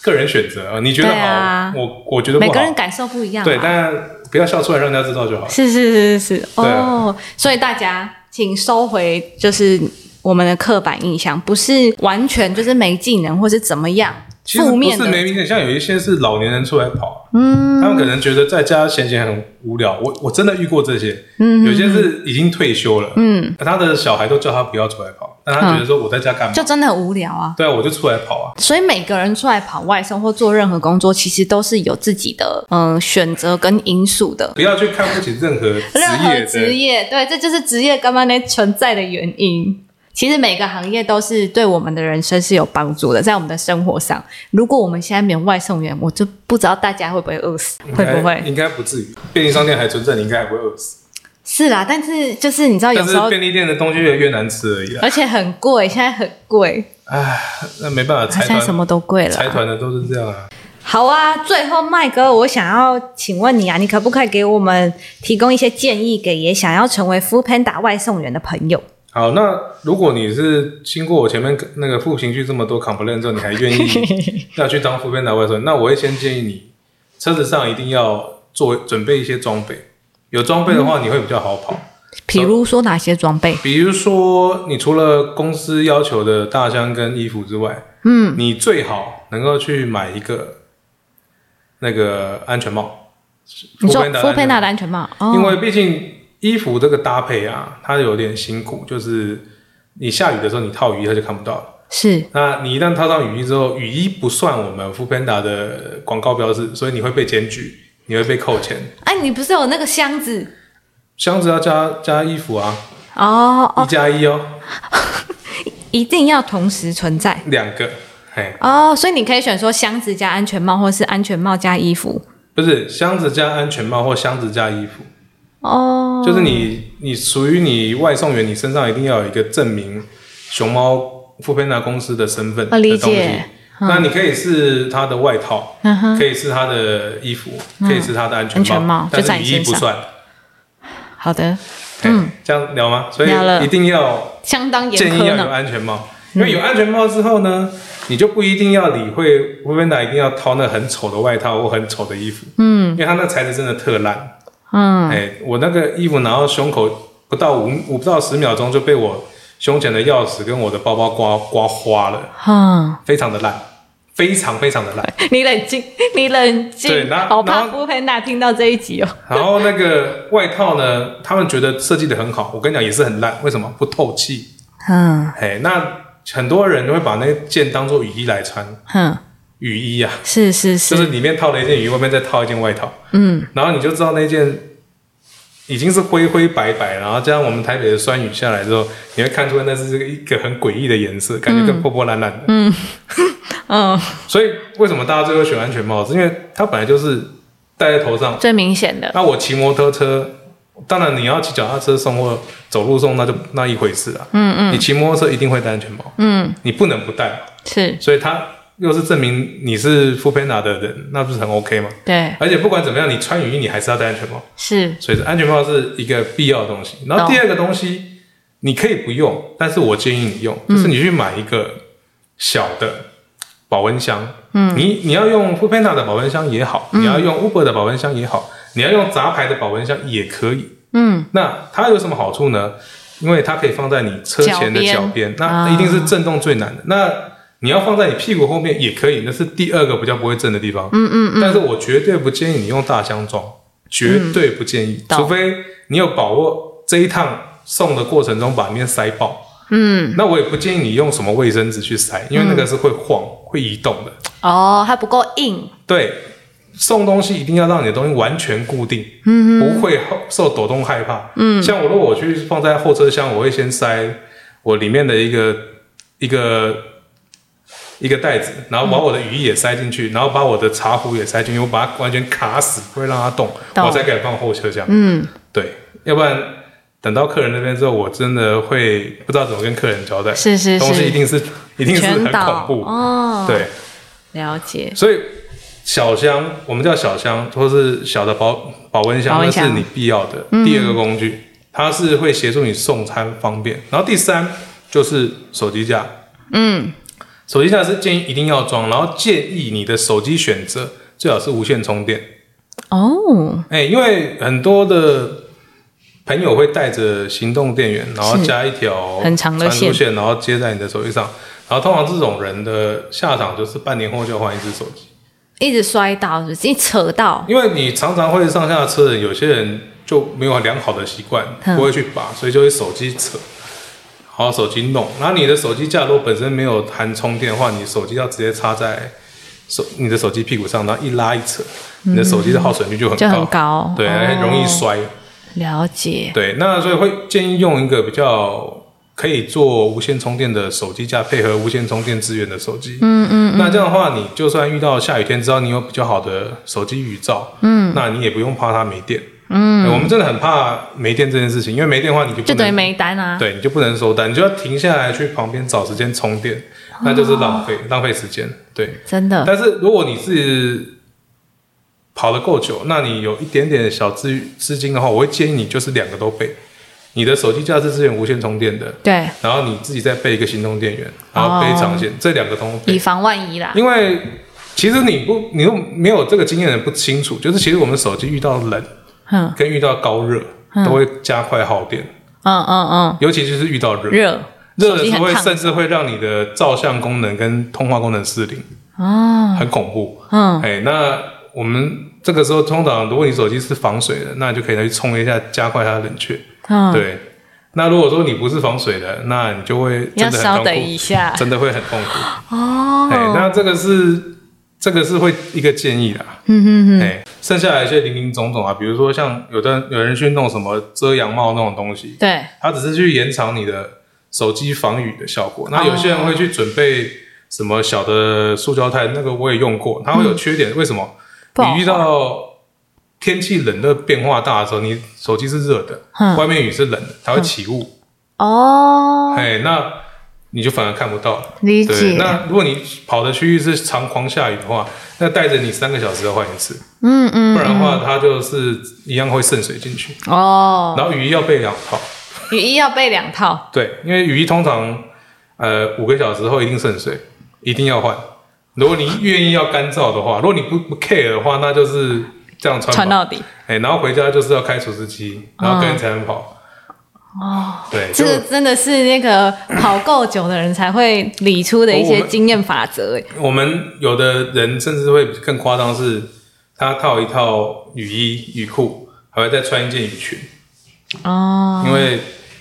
Speaker 2: 个人选择啊。你觉得好，
Speaker 1: 对啊
Speaker 2: 我我觉得不
Speaker 1: 每
Speaker 2: 好。
Speaker 1: 个人感受不一样、啊，
Speaker 2: 对，但不要笑出来，让人家知道就好。
Speaker 1: 是是是是
Speaker 2: 对啊
Speaker 1: 哦，所以大家请收回就是我们的刻板印象，不是完全就是没技能或是怎么样
Speaker 2: 其实
Speaker 1: 负
Speaker 2: 不
Speaker 1: 面
Speaker 2: 是
Speaker 1: 的
Speaker 2: 没明显，像有一些是老年人出来跑，嗯，他们可能觉得在家闲闲很无聊。我我真的遇过这些，嗯，有些是已经退休了，嗯，他的小孩都叫他不要出来跑，但他觉得说我在家干嘛？
Speaker 1: 就真的很无聊啊。
Speaker 2: 对啊，我就出来跑啊。
Speaker 1: 所以每个人出来跑外送或做任何工作，其实都是有自己的嗯、呃选择跟因素的。
Speaker 2: 不要去看不起任何职
Speaker 1: 任何
Speaker 2: 业
Speaker 1: 职
Speaker 2: 的，
Speaker 1: 业，对，这就是职业干嘛呢存在的原因。其实每个行业都是对我们的人生是有帮助的，在我们的生活上。如果我们现在没有外送员，我就不知道大家会不会 饿死，会不
Speaker 2: 应该
Speaker 1: 会？
Speaker 2: 应该不至于。便利商店还存在，你应该还不会饿死。
Speaker 1: 是啦，但是就是你知道，有
Speaker 2: 但是
Speaker 1: 时候哎
Speaker 2: 便利店的东西越来越难吃而已啦。
Speaker 1: 而且很贵，现在很 贵，
Speaker 2: 唉，那没办法，财
Speaker 1: 现在什
Speaker 2: 团
Speaker 1: 么都贵了
Speaker 2: 财
Speaker 1: 啊。
Speaker 2: 团的都是这样啊。
Speaker 3: 好啊，最后麦哥，我想要请问你啊，你可不可以给我们提供一些建议给也想要成为 f o o Panda 外送员的朋友？
Speaker 2: 好，那如果你是经过我前面那个负情绪这么多 complain 之后，你还愿 意要去当副编导外送，那我会先建议你，车子上一定要做准备一些装备，有装备的话你会比较好跑。
Speaker 1: 比如说哪些装备？
Speaker 2: 比如说，你除了公司要求的大箱跟衣服之外，嗯，你最好能够去买一个那个安全帽，
Speaker 1: 你说
Speaker 2: Foodpanda 的
Speaker 1: f o
Speaker 2: 安
Speaker 1: o p a
Speaker 2: 全
Speaker 1: n
Speaker 2: 帽
Speaker 1: 的安全帽，哦
Speaker 2: 因为毕竟衣服这个搭配啊，它有点辛苦，就是你下雨的时候你套雨衣它就看不到了。
Speaker 1: 是
Speaker 2: 那你一旦套上雨衣之后，雨衣不算我们 f o o Panda 的广告标志，所以你会被检举，你会被扣钱。
Speaker 1: 哎，你不是有那个箱子
Speaker 2: 箱子要加加衣服啊，
Speaker 1: 哦
Speaker 2: 一
Speaker 1: 哦，
Speaker 2: 加一哦，
Speaker 1: 一定要同时存在。
Speaker 2: 两个，嘿，
Speaker 1: 哦，所以你可以选说箱子加安全帽，或是安全帽加衣服。
Speaker 2: 不是箱子加安全帽或箱子加衣服，
Speaker 1: 哦，
Speaker 2: 就是你你属于你外送员，你身上一定要有一个证明熊猫富佩纳公司的身份
Speaker 1: 哦
Speaker 2: 的
Speaker 1: 理
Speaker 2: 东
Speaker 1: 解嗯
Speaker 2: 西。那你可以是他的外套，可以是他的衣服，可以是他的安全
Speaker 1: 啊嗯安全帽
Speaker 2: 但
Speaker 1: 就在
Speaker 2: 是
Speaker 1: 你
Speaker 2: 雨衣
Speaker 1: 身
Speaker 2: 不
Speaker 1: 上
Speaker 2: 算。
Speaker 1: 好的，
Speaker 2: 嗯，这样聊吗？所以
Speaker 1: 聊了
Speaker 2: 一定要
Speaker 1: 相当严
Speaker 2: 建议
Speaker 1: 苛
Speaker 2: 要有
Speaker 1: 呢。嗯
Speaker 2: 安全帽，因为有安全帽之后呢，你就不一定要理会薇薇娜一定要掏那很丑的外套或很丑的衣服，嗯，因为它那材质真的特烂，
Speaker 1: 嗯，
Speaker 2: 哎，我那个衣服拿到胸口不到五五不到十秒钟就被我胸前的钥匙跟我的包包刮刮花了，
Speaker 1: 哈、
Speaker 2: 非常的烂，非常非常的烂。
Speaker 1: 你冷静，你冷
Speaker 2: 对
Speaker 1: 静，
Speaker 2: 然后
Speaker 1: 好怕
Speaker 2: 然后
Speaker 1: 布佩娜听到这一集哦。
Speaker 2: 然后那个外套呢，他们觉得设计的很好，我跟你讲也是很烂，为什么不透气？
Speaker 1: 嗯
Speaker 2: 哎，那很多人会把那件当做雨衣来穿，
Speaker 1: 哼，
Speaker 2: 雨衣啊，
Speaker 1: 是是，
Speaker 2: 就是是里面套了一件雨衣，外面再套一件外套，
Speaker 1: 嗯，
Speaker 2: 然后你就知道那件已经是灰灰白白，然后加上我们台北的酸雨下来之后，你会看出那是一个很诡异的颜色，感觉跟破破烂烂的。嗯，
Speaker 1: 嗯，
Speaker 2: 所以为什么大家最后选安全帽？是因为它本来就是戴在头上。
Speaker 1: 最明显的
Speaker 2: 那我骑摩托车，当然你要骑脚踏车送或走路送，那就那一回事啊。嗯嗯，你骑摩托车一定会戴安全帽，嗯，你不能不戴，
Speaker 1: 是，
Speaker 2: 所以它又是证明你是 f u p e n a 的人，那不是很 OK 吗？
Speaker 1: 对，
Speaker 2: 而且不管怎么样，你穿雨衣你还是要戴安全帽，
Speaker 1: 是
Speaker 2: 所以安全帽是一个必要的东西。然后
Speaker 1: 懂
Speaker 2: 第二个东西，你可以不用，但是我建议你用，就是你去买一个小的保温箱。嗯，你你要用 f o o p a n d a 的保温箱也好，你要用 Uber 的保温箱也好，你要用杂牌的保温箱也可以。嗯，那它有什么好处呢？因为它可以放在你车前的
Speaker 1: 脚
Speaker 2: 脚边，啊那一定是震动最难的。那你要放在你屁股后面也可以，那是第二个比较不会震的地方。嗯嗯嗯。但是我绝对不建议你用大箱装，绝对不建议，
Speaker 4: 懂
Speaker 2: 除非你有把握这一趟送的过程中把里面塞爆。嗯，那我也不建议你用什么卫生纸去塞，因为那个是会晃、会移动的。
Speaker 4: 哦，它不够硬，
Speaker 2: 对，送东西一定要让你的东西完全固定，嗯，不会后受抖动害怕。嗯，像我如果我去放在后车厢，我会先塞我里面的一个一个一个袋子，然后
Speaker 4: 嗯
Speaker 2: 把我的雨衣也塞进去，然后把我的茶壶也塞进去，我把它完全卡死，不会让它动，
Speaker 4: 懂
Speaker 2: 我再给它放后车厢。嗯，对，要不然。等到客人那边之后，我真的会不知道怎么跟客人交代。
Speaker 4: 是是是
Speaker 2: 东西一定是一定是很
Speaker 4: 全
Speaker 2: 恐
Speaker 4: 倒
Speaker 2: 怖。
Speaker 4: 哦。
Speaker 2: 对，
Speaker 4: 了解，
Speaker 2: 所以小箱，我们叫小箱，或是小的保保温箱，
Speaker 4: 保
Speaker 2: 那
Speaker 4: 温
Speaker 2: 是
Speaker 4: 箱嗯
Speaker 2: 你必要的第二个工具，它是会协助你送餐方便。然后第三就是手机架，嗯，手机架是建议一定要装，然后建议你的手机选择最好是无线充电，
Speaker 4: 哦，
Speaker 2: 哎、因为很多的。朋友会带着行动电源，然后加一条
Speaker 4: 很长的
Speaker 2: 传输
Speaker 4: 线
Speaker 2: 线，然后接在你的手机上。然后通常这种人的下场就是半年后就要换一只手机。
Speaker 4: 一直摔到，是不是一扯到，
Speaker 2: 因为你常常会上下车的人，有些人就没有良好的习惯，
Speaker 4: 嗯
Speaker 2: 不会去拔，所以就会手机扯，然后手机弄。然后你的手机架如果本身没有含充电的话，你手机要直接插在手你的手机屁股上，然后一拉一扯，你的手机的耗损率就很高，
Speaker 4: 嗯就很高
Speaker 2: 对，
Speaker 4: 哦
Speaker 2: 而且容易摔。
Speaker 4: 了解，
Speaker 2: 对，那所以会建议用一个比较可以做无线充电的手机架，配合无线充电资源的手机。嗯嗯那这样的话，你就算遇到下雨天，只要你有比较好的手机雨罩，嗯，那你也不用怕它没电。嗯，我们真的很怕没电这件事情，因为没电的话，你就不
Speaker 4: 就等于
Speaker 2: 能
Speaker 4: 没单啊。
Speaker 2: 对，你就不能收单，你就要停下来去旁边找时间充电，那就是浪费、浪费时间。对，
Speaker 4: 真
Speaker 1: 嗯
Speaker 4: 的，
Speaker 2: 但是如果你是跑得够久，那你有一点点小资资金的话，我会建议你就是两个都备，你的手机架是支援无线充电的，
Speaker 4: 对，
Speaker 2: 然后你自己再备一个行动电源，然后备长线，这两个都备
Speaker 4: 以。
Speaker 1: 哦
Speaker 4: 防万一啦。
Speaker 2: 因为其实你不，你又没有这个经验的人不清楚，就是其实我们手机遇到冷
Speaker 4: 嗯
Speaker 2: 跟遇到高热都会加快耗电，
Speaker 4: 嗯嗯嗯，
Speaker 2: 尤其就是遇到热，
Speaker 4: 热，
Speaker 2: 热
Speaker 4: 手
Speaker 2: 的
Speaker 4: 机
Speaker 2: 时候
Speaker 4: 很
Speaker 2: 会
Speaker 4: 烫
Speaker 2: 甚至会让你的照相功能跟通话功能失灵，
Speaker 4: 哦，
Speaker 2: 很恐怖。
Speaker 4: 嗯，
Speaker 2: 哎，那我们这个时候通常，如果你手机是防水的，那你就可以拿去冲一下，加快它的冷却。
Speaker 4: 嗯
Speaker 2: 对。那如果说你不是防水的，那你就会
Speaker 4: 要
Speaker 2: 真的很
Speaker 4: 稍
Speaker 2: 痛
Speaker 4: 等
Speaker 2: 苦
Speaker 4: 一，下
Speaker 2: 真的会很痛苦。哎、
Speaker 4: 哦，
Speaker 2: 那这个是这个是会一个建议啦。
Speaker 4: 嗯嗯嗯，
Speaker 2: 哎、剩下来一些零零总总啊，比如说像有的有人去弄什么遮阳帽那种东西，
Speaker 4: 对，
Speaker 2: 它只是去延长你的手机防雨的效果。那有些人
Speaker 4: 哦
Speaker 2: 会去准备什么小的塑胶袋，那个我也用过，它会有缺点。为什么？
Speaker 4: 不好
Speaker 2: 你遇到天气冷热变化大的时候，你手机是热的，
Speaker 4: 嗯
Speaker 2: 外面雨是冷的，它会起雾。
Speaker 4: 哦，
Speaker 2: 哎、那你就反而看不到了。
Speaker 4: 理
Speaker 2: 对，
Speaker 4: 解，
Speaker 2: 那如果你跑的区域是常狂下雨的话，那带着你三个小时要换一次，
Speaker 4: 嗯嗯，
Speaker 2: 不然的话它就是一样会渗水进去。
Speaker 4: 哦，
Speaker 2: 然后雨衣要备两套，
Speaker 4: 雨衣要备两套，
Speaker 2: 对，因为雨衣通常呃五个小时后一定渗水，一定要换。如果你愿意要干燥的话，如果你不不 care 的话，那就是这样穿
Speaker 4: 穿
Speaker 2: 吧
Speaker 4: 到底，
Speaker 2: 哎、然后回家就是要开除湿机，然后跟人才能跑。哦，对，
Speaker 4: 嗯这
Speaker 2: 就
Speaker 4: 个真的是那个跑够久的人才会理出的一
Speaker 2: 哦我
Speaker 4: 些
Speaker 2: 们
Speaker 4: 经验法则，哎，
Speaker 2: 我们有的人甚至会更夸张，是他套一套雨衣、雨裤，还会再穿一件雨裙，
Speaker 4: 哦，
Speaker 2: 因为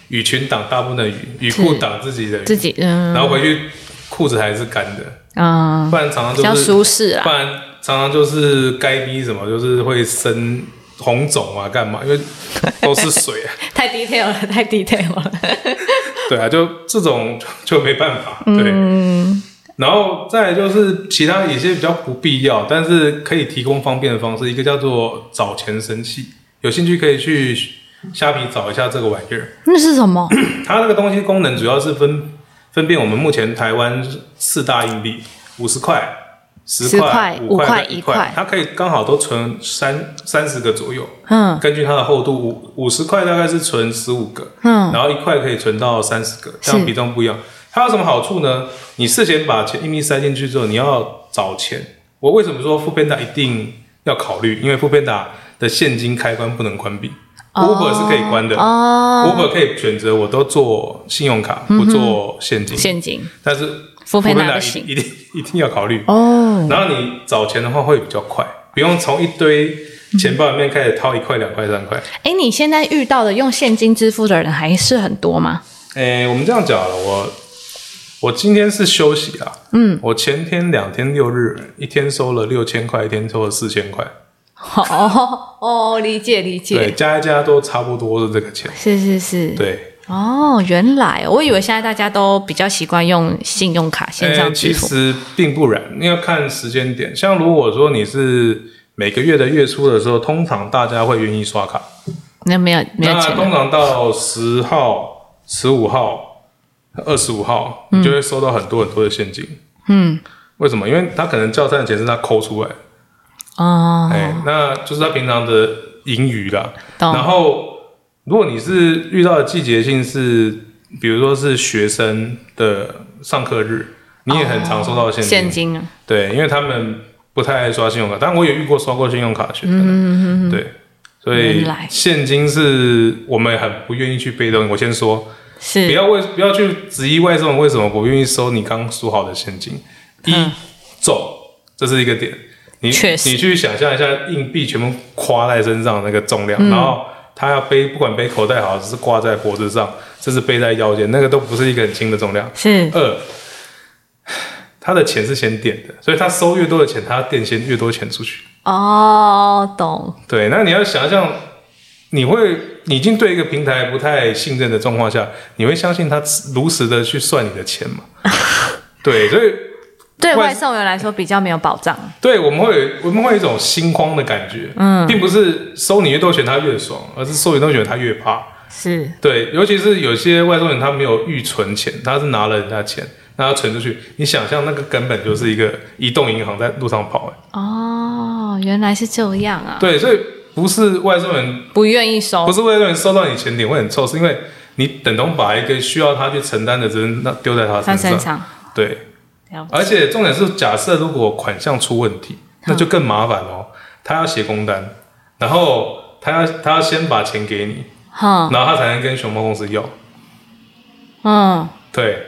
Speaker 2: 雨裙挡大部分的雨，雨裤挡自己的雨，
Speaker 4: 自己，嗯，
Speaker 2: 然后回去裤子还是干的，
Speaker 4: 嗯，
Speaker 2: 不然常常
Speaker 4: 比
Speaker 2: 就
Speaker 4: 较
Speaker 2: 是
Speaker 4: 舒适
Speaker 1: 啊
Speaker 2: 不
Speaker 4: 啦，
Speaker 2: 然常常就是该逼什么，就是会生红肿啊，干嘛？因为 都是水啊，
Speaker 4: 太 detail 了，太 detail 了，
Speaker 2: 对啊，就这种 就就没办法，对。然后再来就是其他一些比较不必要，但是可以提供方便的方式，一个叫做找钱神器，有兴趣可以去虾皮找一下这个玩意儿。
Speaker 4: 那是什 么？
Speaker 2: 它这个东西功能主要是分分辨我们目前台湾四大硬币，五十块、十
Speaker 4: 10块
Speaker 2: 五
Speaker 4: 5块
Speaker 2: 跟
Speaker 4: 1
Speaker 2: 一
Speaker 4: 块
Speaker 2: 它可以刚好都存三三十个左右。
Speaker 4: 嗯
Speaker 2: 根据它的厚度，五五十块大概是存十五个，
Speaker 4: 嗯，
Speaker 2: 然后一块可以存到三十个，这样
Speaker 4: 是
Speaker 2: 比重不一样。它有什么好处呢？你事先把钱硬币塞进去之后，你要找钱。我为什么说富边达一定要考虑？因为富边达的现金开关不能关闭、u b e r 是可以关的。
Speaker 4: 哦，
Speaker 2: Uber 可以选择我都做信用卡，不做现金，
Speaker 4: 嗯现金，
Speaker 2: 但是
Speaker 4: Foodpanda 不
Speaker 2: Foodpanda
Speaker 4: 行
Speaker 2: 一一定一定要考虑。
Speaker 4: 哦，
Speaker 2: 然后你找钱的话会比较快，不用从一堆钱包里面开始掏一块、两块、三块。
Speaker 1: 哎，你现在遇到的用现金支付的人还是很多吗？
Speaker 2: 诶，我们这样讲好了，我我今天是休息啦，嗯，我前天两天六日，一天收了六千块，一天收了四千块，
Speaker 1: 哦哦，理解理
Speaker 2: 对，
Speaker 1: 解，
Speaker 2: 加一加都差不多是这个钱，
Speaker 1: 是是是。
Speaker 2: 对。
Speaker 1: 哦，原来我以为现在大家都比较习惯用信用卡线
Speaker 2: 诶
Speaker 1: 上
Speaker 2: 哎其
Speaker 1: 支付。
Speaker 2: 实并不然，因为要看时间点。像如果说你是每个月的月初的时候，通常大家会愿意刷卡，
Speaker 1: 那没有没有
Speaker 2: 那
Speaker 1: 钱
Speaker 2: 通
Speaker 1: 了，
Speaker 2: 常到十号、十五号、二十五号，你就会收到很多很多的现金。
Speaker 1: 嗯，
Speaker 2: 为什么？因为他可能叫餐的钱是他抠出来的，
Speaker 1: 哦，
Speaker 2: 哎、那就是他平常的盈余啦。
Speaker 1: 懂
Speaker 2: 然后，如果你是遇到的季节性是，比如说是学生的上课日，你也很常收到现金。
Speaker 1: 现金啊，
Speaker 2: 对，因为他们不太爱刷信用卡，但我也遇过刷过信用卡的学生。
Speaker 1: 嗯
Speaker 2: 对，所以
Speaker 1: 原来
Speaker 2: 现金是我们很不愿意去被动。我先说，不
Speaker 1: 是
Speaker 2: 要为不要去质疑外送为什么不愿意收你刚数好的现金。一重，这是一个点。你
Speaker 1: 嗯确实
Speaker 2: 你去想象一下，硬币全部夸在身上的那个重量，
Speaker 1: 嗯
Speaker 2: 然后他要背，不管背口袋好，只是挂在脖子上，甚至背在腰间，那个都不是一个很轻的重量。
Speaker 1: 是
Speaker 2: 二，他的钱是先垫的，所以他收越多的钱，他要垫先越多钱出去。
Speaker 1: 哦，懂
Speaker 2: 对，那你要想象，你会你已经对一个平台不太信任的状况下，你会相信他如实的去算你的钱吗？对，所以
Speaker 1: 对
Speaker 2: 外
Speaker 1: 外送员来说比较没有保障，
Speaker 2: 对我们会有我们会有一种心慌的感觉，嗯，并不是收你越多钱他越爽，而是收你越多钱他越怕。
Speaker 1: 是
Speaker 2: 对，尤其是有些外送员他没有预存钱，他是拿了人家钱，那他存出去，你想象那个根本就是一个移动银行在路上跑、欸，
Speaker 1: 哦，原来是这样啊，
Speaker 2: 对，所以不是外送员，
Speaker 1: 不愿意收
Speaker 2: 不，是外送员收到你钱点会很臭，是因为你等同把一个需要他去承担的责任那丢在他
Speaker 1: 他
Speaker 2: 身上，
Speaker 1: 身上
Speaker 2: 对，
Speaker 1: 了解
Speaker 2: 而且重点是，假设如果款项出问题，那就更麻烦
Speaker 1: 嗯
Speaker 2: 哦，他要写工单，然后他要他要先把钱给你，
Speaker 1: 哼，
Speaker 2: 然后他才能跟熊猫公司要。
Speaker 1: 嗯，
Speaker 2: 对，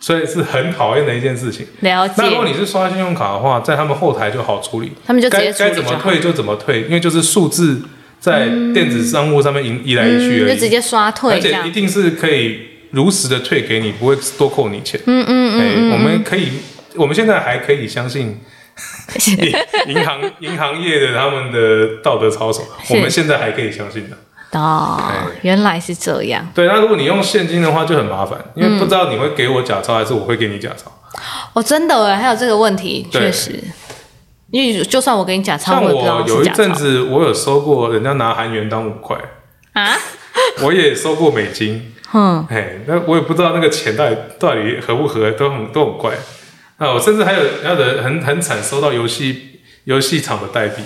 Speaker 2: 所以是很讨厌的一件事情。
Speaker 1: 了解
Speaker 2: 那如果你是刷信用卡的话，在他们后台就好处理，
Speaker 1: 他们就直接
Speaker 2: 该该
Speaker 1: 处理
Speaker 2: 怎么
Speaker 1: 就好
Speaker 2: 退就怎么退，因为就是数字在电子商务上面移移来移去而已，
Speaker 1: 嗯就直接刷
Speaker 2: 而
Speaker 1: 退这
Speaker 2: 且
Speaker 1: 样
Speaker 2: 一，定是可以如实的退给你，不会多扣你钱。嗯嗯嗯我们可以，我们现在还可以相 信银银行银行业的他们的道德操守，我们现在还可以相信的。
Speaker 1: 哦，
Speaker 2: 哎
Speaker 1: 原来是这样，
Speaker 2: 对，那如果你用现金的话就很麻烦，因为不知道你会给我假钞还是我会给你假钞。
Speaker 1: 哦，真的耶，还有这个问题，
Speaker 2: 对
Speaker 1: 确实，因为就算我给你假钞，
Speaker 2: 像
Speaker 1: 我也不知道
Speaker 2: 我有
Speaker 1: 是
Speaker 2: 一
Speaker 1: 假
Speaker 2: 阵
Speaker 1: 钞
Speaker 2: 子，我有收过人家拿韩元当五块，嗯
Speaker 1: 啊，
Speaker 2: 我也收过美金，
Speaker 1: 哼，
Speaker 2: 哎，那我也不知道那个钱到底到底合不合，都很都很怪。啊，我甚至还有还有的很很惨，收到游戏游戏场的代币，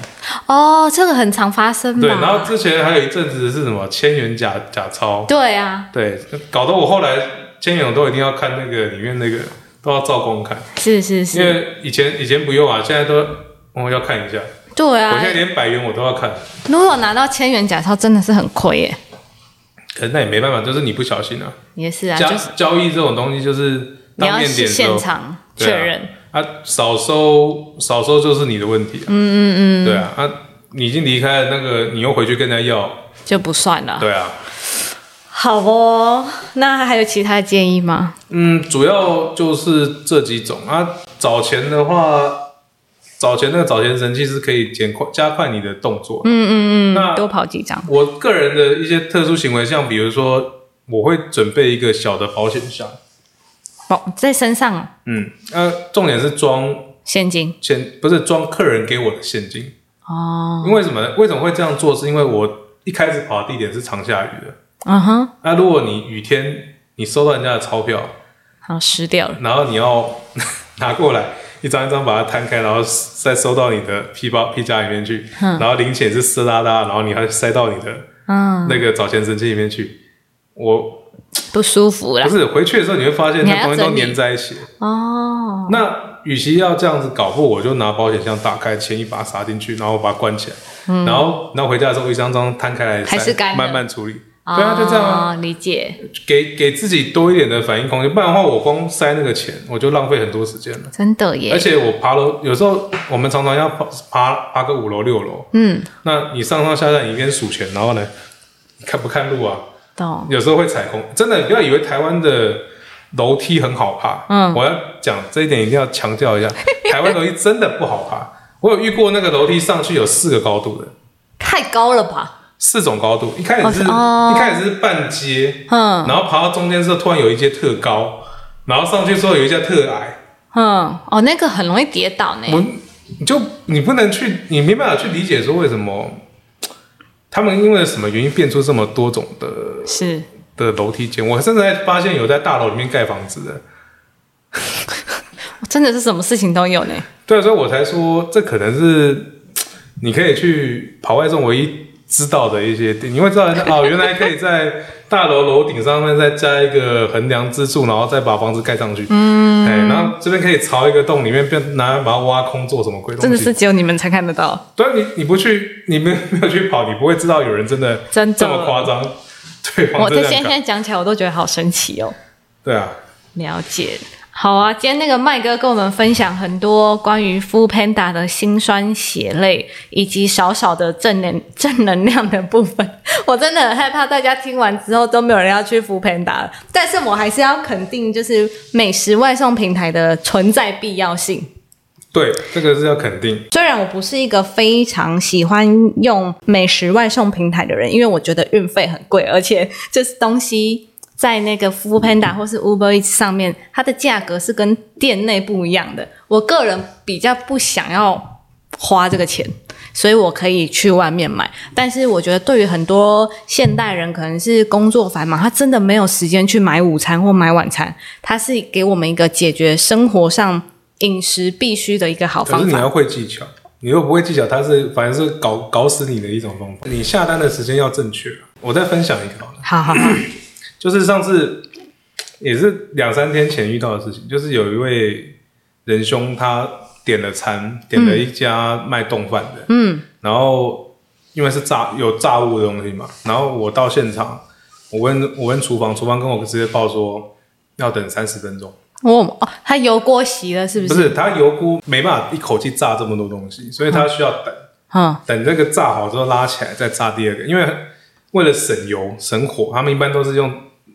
Speaker 1: 哦，这个很常发生
Speaker 2: 对，然后
Speaker 1: 嘛，
Speaker 2: 之前还有一阵子是什么千元假假钞，
Speaker 1: 对啊，
Speaker 2: 对，搞得我后来千元我都一定要看那个里面那个都要照公看，
Speaker 1: 是是
Speaker 2: 因
Speaker 1: 是，
Speaker 2: 为以前以前不用啊，现在都我、要看一下，
Speaker 1: 对
Speaker 2: 我
Speaker 1: 啊
Speaker 2: 现，在连百元我都要看，
Speaker 1: 如果拿到千元假钞，真的是很亏耶，
Speaker 2: 可是那也没办法，就是你不小心啊。
Speaker 1: 也是啊，
Speaker 2: 交
Speaker 1: 就是
Speaker 2: 交易这种东西就是
Speaker 1: 你
Speaker 2: 当
Speaker 1: 要
Speaker 2: 面点
Speaker 1: 现场确认，
Speaker 2: 啊啊，少收少收就是你的问题、啊。嗯嗯嗯，对啊，啊，你已经离开了那个，你又回去跟人家要，
Speaker 1: 就不算了。
Speaker 2: 对啊，
Speaker 1: 好哦，那还有其他建议吗？
Speaker 2: 嗯，主要就是这几种啊。找钱的话，找钱那个找钱神器是可以减快加快你的动作。嗯嗯嗯，那
Speaker 1: 多跑几张，
Speaker 2: 我个人的一些特殊行为，像比如说，我会准备一个小的保险箱。
Speaker 1: 哦，在身上
Speaker 2: 嗯，呃、重点是装
Speaker 1: 现金
Speaker 2: 钱不是装客人给我的现金，
Speaker 1: 哦，
Speaker 2: 因为什么？为什么会这样做？是因为我一开始跑的地点是常下雨的。
Speaker 1: 嗯哼，
Speaker 2: 那、如果你雨天你收到人家的钞票，
Speaker 1: 好湿掉了，
Speaker 2: 然后你要 拿过来一张一张把它摊开，然后再收到你的皮包皮夹里面去，然后零钱是湿哒哒，然后你还塞到你的
Speaker 1: 嗯，
Speaker 2: 那个找钱神器里面去。我
Speaker 1: 不舒服啦
Speaker 2: 不。是回去的时候你会发现
Speaker 1: 你
Speaker 2: 那
Speaker 1: 还要
Speaker 2: 东西都
Speaker 1: 整理
Speaker 2: 粘在一起了。
Speaker 1: 哦，
Speaker 2: 那与其要这样子搞破，我就拿保险箱打开，钱一把撒进去，然后把它关起来，然后然后回家的时候一张张摊开来塞，
Speaker 1: 嗯还是干的
Speaker 2: 慢慢处理。对啊就这样啊
Speaker 1: 哦理解，
Speaker 2: 给给自己多一点的反应空间，不然的话，我光塞那个钱，我就浪费很多时间了。
Speaker 1: 真的耶
Speaker 2: 而。且我爬楼，有时候我们常常要爬爬爬个五楼六楼，
Speaker 1: 嗯，
Speaker 2: 那你上上下下你一边数钱，然后呢，你看不看路啊？
Speaker 1: 懂。
Speaker 2: 有时候会踩空，真的不要以为台湾的楼梯很好爬。
Speaker 1: 嗯
Speaker 2: 我要讲这一点一定要强调一下，台湾楼梯真的不好爬。 我有遇过那个楼梯上去有四个高度的，
Speaker 1: 太高了吧？
Speaker 2: 四种高度。一开始是、
Speaker 1: 哦
Speaker 2: 一开始是半阶，
Speaker 1: 嗯
Speaker 2: 然后爬到中间之后，突然有一阶特高，然后上去之后有一阶特矮。
Speaker 1: 嗯，哦，那个很容易跌倒呢。
Speaker 2: 我你就你不能去，你没办法去理解说为什么他们因为什么原因变出这么多种的
Speaker 1: 是
Speaker 2: 的楼梯间。我甚至还发现有在大楼里面盖房子的。
Speaker 1: 真的是什么事情都有呢。
Speaker 2: 对，所以我才说这可能是你可以去跑外送唯一知道的一些点，你会知道哦，原来可以在大楼楼顶上面再加一个横梁支柱，然后再把房子盖上去。嗯，哎，然后这边可以朝一个洞里面变拿把它挖空做什么鬼东西？
Speaker 1: 真的是，只有你们才看得到，
Speaker 2: 对啊你你不去，你没有没有去跑，你不会知道有人真的
Speaker 1: 真的
Speaker 2: 这么夸张，对方
Speaker 1: 我
Speaker 2: 真
Speaker 1: 这
Speaker 2: 的
Speaker 1: 现
Speaker 2: 哦这样
Speaker 1: 在
Speaker 2: 搞啊
Speaker 1: 现在讲起来，我都觉得好神奇哦。
Speaker 2: 对啊，
Speaker 1: 了解，好啊！今天那个麦哥跟我们分享很多关于 Food Panda 的辛酸血泪，以及少少的正能正能量的部分。 我真的很害怕大家听完之后都没有人要去 Food Panda 了，但是我还是要肯定，就是美食外送平台的存在必要性。
Speaker 2: 对，这个是要肯定。
Speaker 1: 虽然我不是一个非常喜欢用美食外送平台的人，因为我觉得运费很贵，而且就是东西在那个 Food Panda 或是 Uber Eats 上面，它的价格是跟店内不一样的。我个人比较不想要花这个钱，所以我可以去外面买。但是我觉得对于很多现代人，可能是工作繁忙，他真的没有时间去买午餐或买晚餐，它是给我们一个解决生活上。饮食必须的一个好
Speaker 2: 可
Speaker 1: 哦方
Speaker 2: 是
Speaker 1: 法。
Speaker 2: 你要会技巧，你又不会技巧，它是反正是搞搞死你的一种方法。你下单的时间要正确。啊我再分享一个好了，
Speaker 1: 好好好，
Speaker 2: 就是上次也是两三天前遇到的事情，就是有一位仁兄他点了餐，点了一家卖冻饭的，嗯，然后因为是炸有炸物的东西嘛，然后我到现场，我问我问厨房，厨房跟我直接报说要等三十分钟。
Speaker 1: 我哦，他油锅洗了是不
Speaker 2: 不
Speaker 1: 是？
Speaker 2: 是，他油锅没办法一口气炸这么多东西，所以他需要等。
Speaker 1: 嗯，
Speaker 2: 等这个炸好之后拉起来再炸第二个，因为为了省油省火，他们一般都是用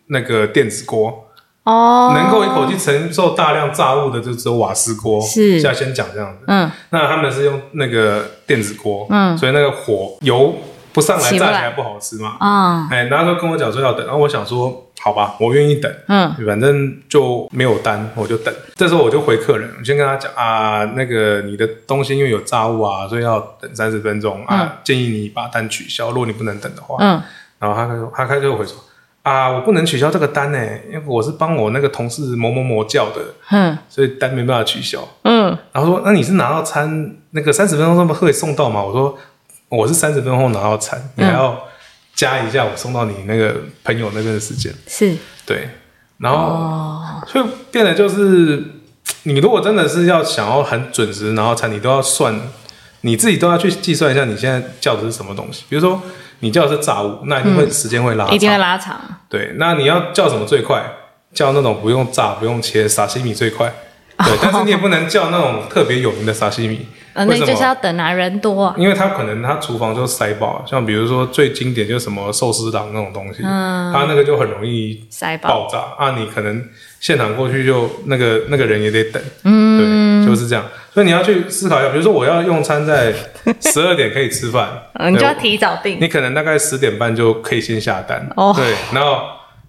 Speaker 2: 那个电子锅，
Speaker 1: 哦，
Speaker 2: 能够一口气承受大量炸物的就只有瓦斯锅。
Speaker 1: 是
Speaker 2: 现在先讲这样子。
Speaker 1: 嗯，
Speaker 2: 那他们是用那个电子锅，嗯，所以那个火油不上来，
Speaker 1: 起
Speaker 2: 炸
Speaker 1: 不来
Speaker 2: 起来不好吃嘛。
Speaker 1: 啊，
Speaker 2: 哎，然后就跟我讲说要等，然后我想说，好吧，我愿意等，
Speaker 1: 嗯，
Speaker 2: 反正就没有单，我就等。这时候我就回客人，我先跟他讲啊，那个你的东西因为有炸物啊，所以要等三十分钟啊，建议你把单取消，如果你不能等的话，
Speaker 1: 嗯，
Speaker 2: 然后他开他开就回说啊，我不能取消这个单呢、因为我是帮我那个同事某某某叫的，
Speaker 1: 嗯
Speaker 2: 所以单没办法取消。
Speaker 1: 嗯，
Speaker 2: 然后说：“那你是拿到餐那个三十分钟后会送到吗？”我说：“我是三十分钟后拿到餐，你
Speaker 1: 嗯
Speaker 2: 还要加一下我送到你那个朋友那边的时间。
Speaker 1: 是”
Speaker 2: 对，然后、
Speaker 1: 哦
Speaker 2: 所以变得就是，你如果真的是要想要很准时拿到餐，你都要算，你自己都要去计算一下你现在叫的是什么东西。比如说你叫的是炸物，那一定会、时间会拉长，
Speaker 1: 嗯一定会拉长
Speaker 2: 对，那你要叫什么最快？叫那种不用炸、不用切沙西米最快。 对，但是你也不能叫那种特别有名的沙西米，
Speaker 1: 啊，
Speaker 2: 为
Speaker 1: 那
Speaker 2: 什
Speaker 1: 就是要
Speaker 2: 么？
Speaker 1: 等啊，人多啊，
Speaker 2: 因为他可能他厨房就塞爆了，像比如说最经典就是什么寿司郎那种东西，
Speaker 1: 嗯
Speaker 2: 他那个就很容易
Speaker 1: 塞爆
Speaker 2: 爆炸啊！你可能现场过去就那个那个人也得等，嗯，对，就是这样。所以你要去思考一下，比如说我要用餐 在十二点可以吃饭，
Speaker 1: 嗯，你就
Speaker 2: 对
Speaker 1: 要
Speaker 2: 我
Speaker 1: 提早订
Speaker 2: 你可能大概十点半就可以先下单，
Speaker 1: 哦
Speaker 2: 对，然后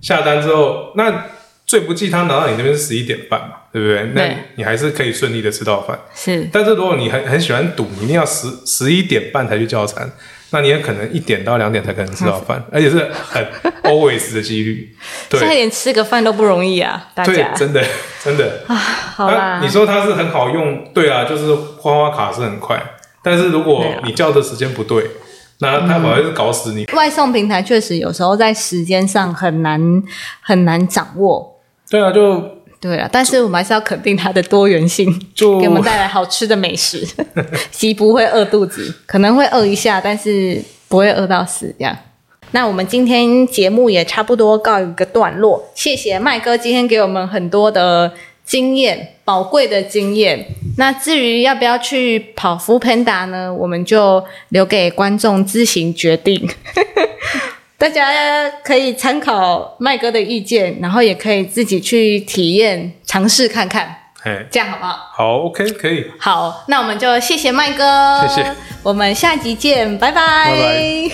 Speaker 2: 下单之后，那最不济他拿到你那边是十一点半嘛，对不对？那
Speaker 1: 对
Speaker 2: 你还是可以顺利的吃到饭。
Speaker 1: 是
Speaker 2: 但是如果你很很喜欢赌，你一定要十十一点半才去叫餐，那你也可能一点到两点才可能吃到 饭，而且是很 always 的几率。
Speaker 1: 现在
Speaker 2: 对，
Speaker 1: 连吃个饭都不容易啊，大
Speaker 2: 对
Speaker 1: 家，
Speaker 2: 真的 真的。
Speaker 1: 好
Speaker 2: 啊
Speaker 1: 啦
Speaker 2: 你，说它是很好用，对啊，就是花花卡是很快，但是如果
Speaker 1: 对啊嗯
Speaker 2: 你叫的时间不对，那它反而是搞死你。
Speaker 1: 外送平台确实有时候在时间上很难很难掌握。
Speaker 2: 对啊，就
Speaker 1: 对啊，但是我们还是要肯定它的多元性，
Speaker 2: 就
Speaker 1: 给我们带来好吃的美食，其不会饿肚子，可能会饿一下，但是不会饿到死这样。那我们今天节目也差不多告一个段落，谢谢麦哥今天给我们很多的经验，宝贵的经验。那至于要不要去跑 f o o Panda 呢，我们就留给观众自行决定。大家可以参考麦哥的意见，然后也可以自己去体验、尝试看看，
Speaker 2: 哎，
Speaker 1: 这样好不好？
Speaker 2: 好，OK，可以。
Speaker 1: 好，那我们就谢谢麦哥，
Speaker 2: 谢谢，
Speaker 1: 我们下集见，拜
Speaker 2: 拜拜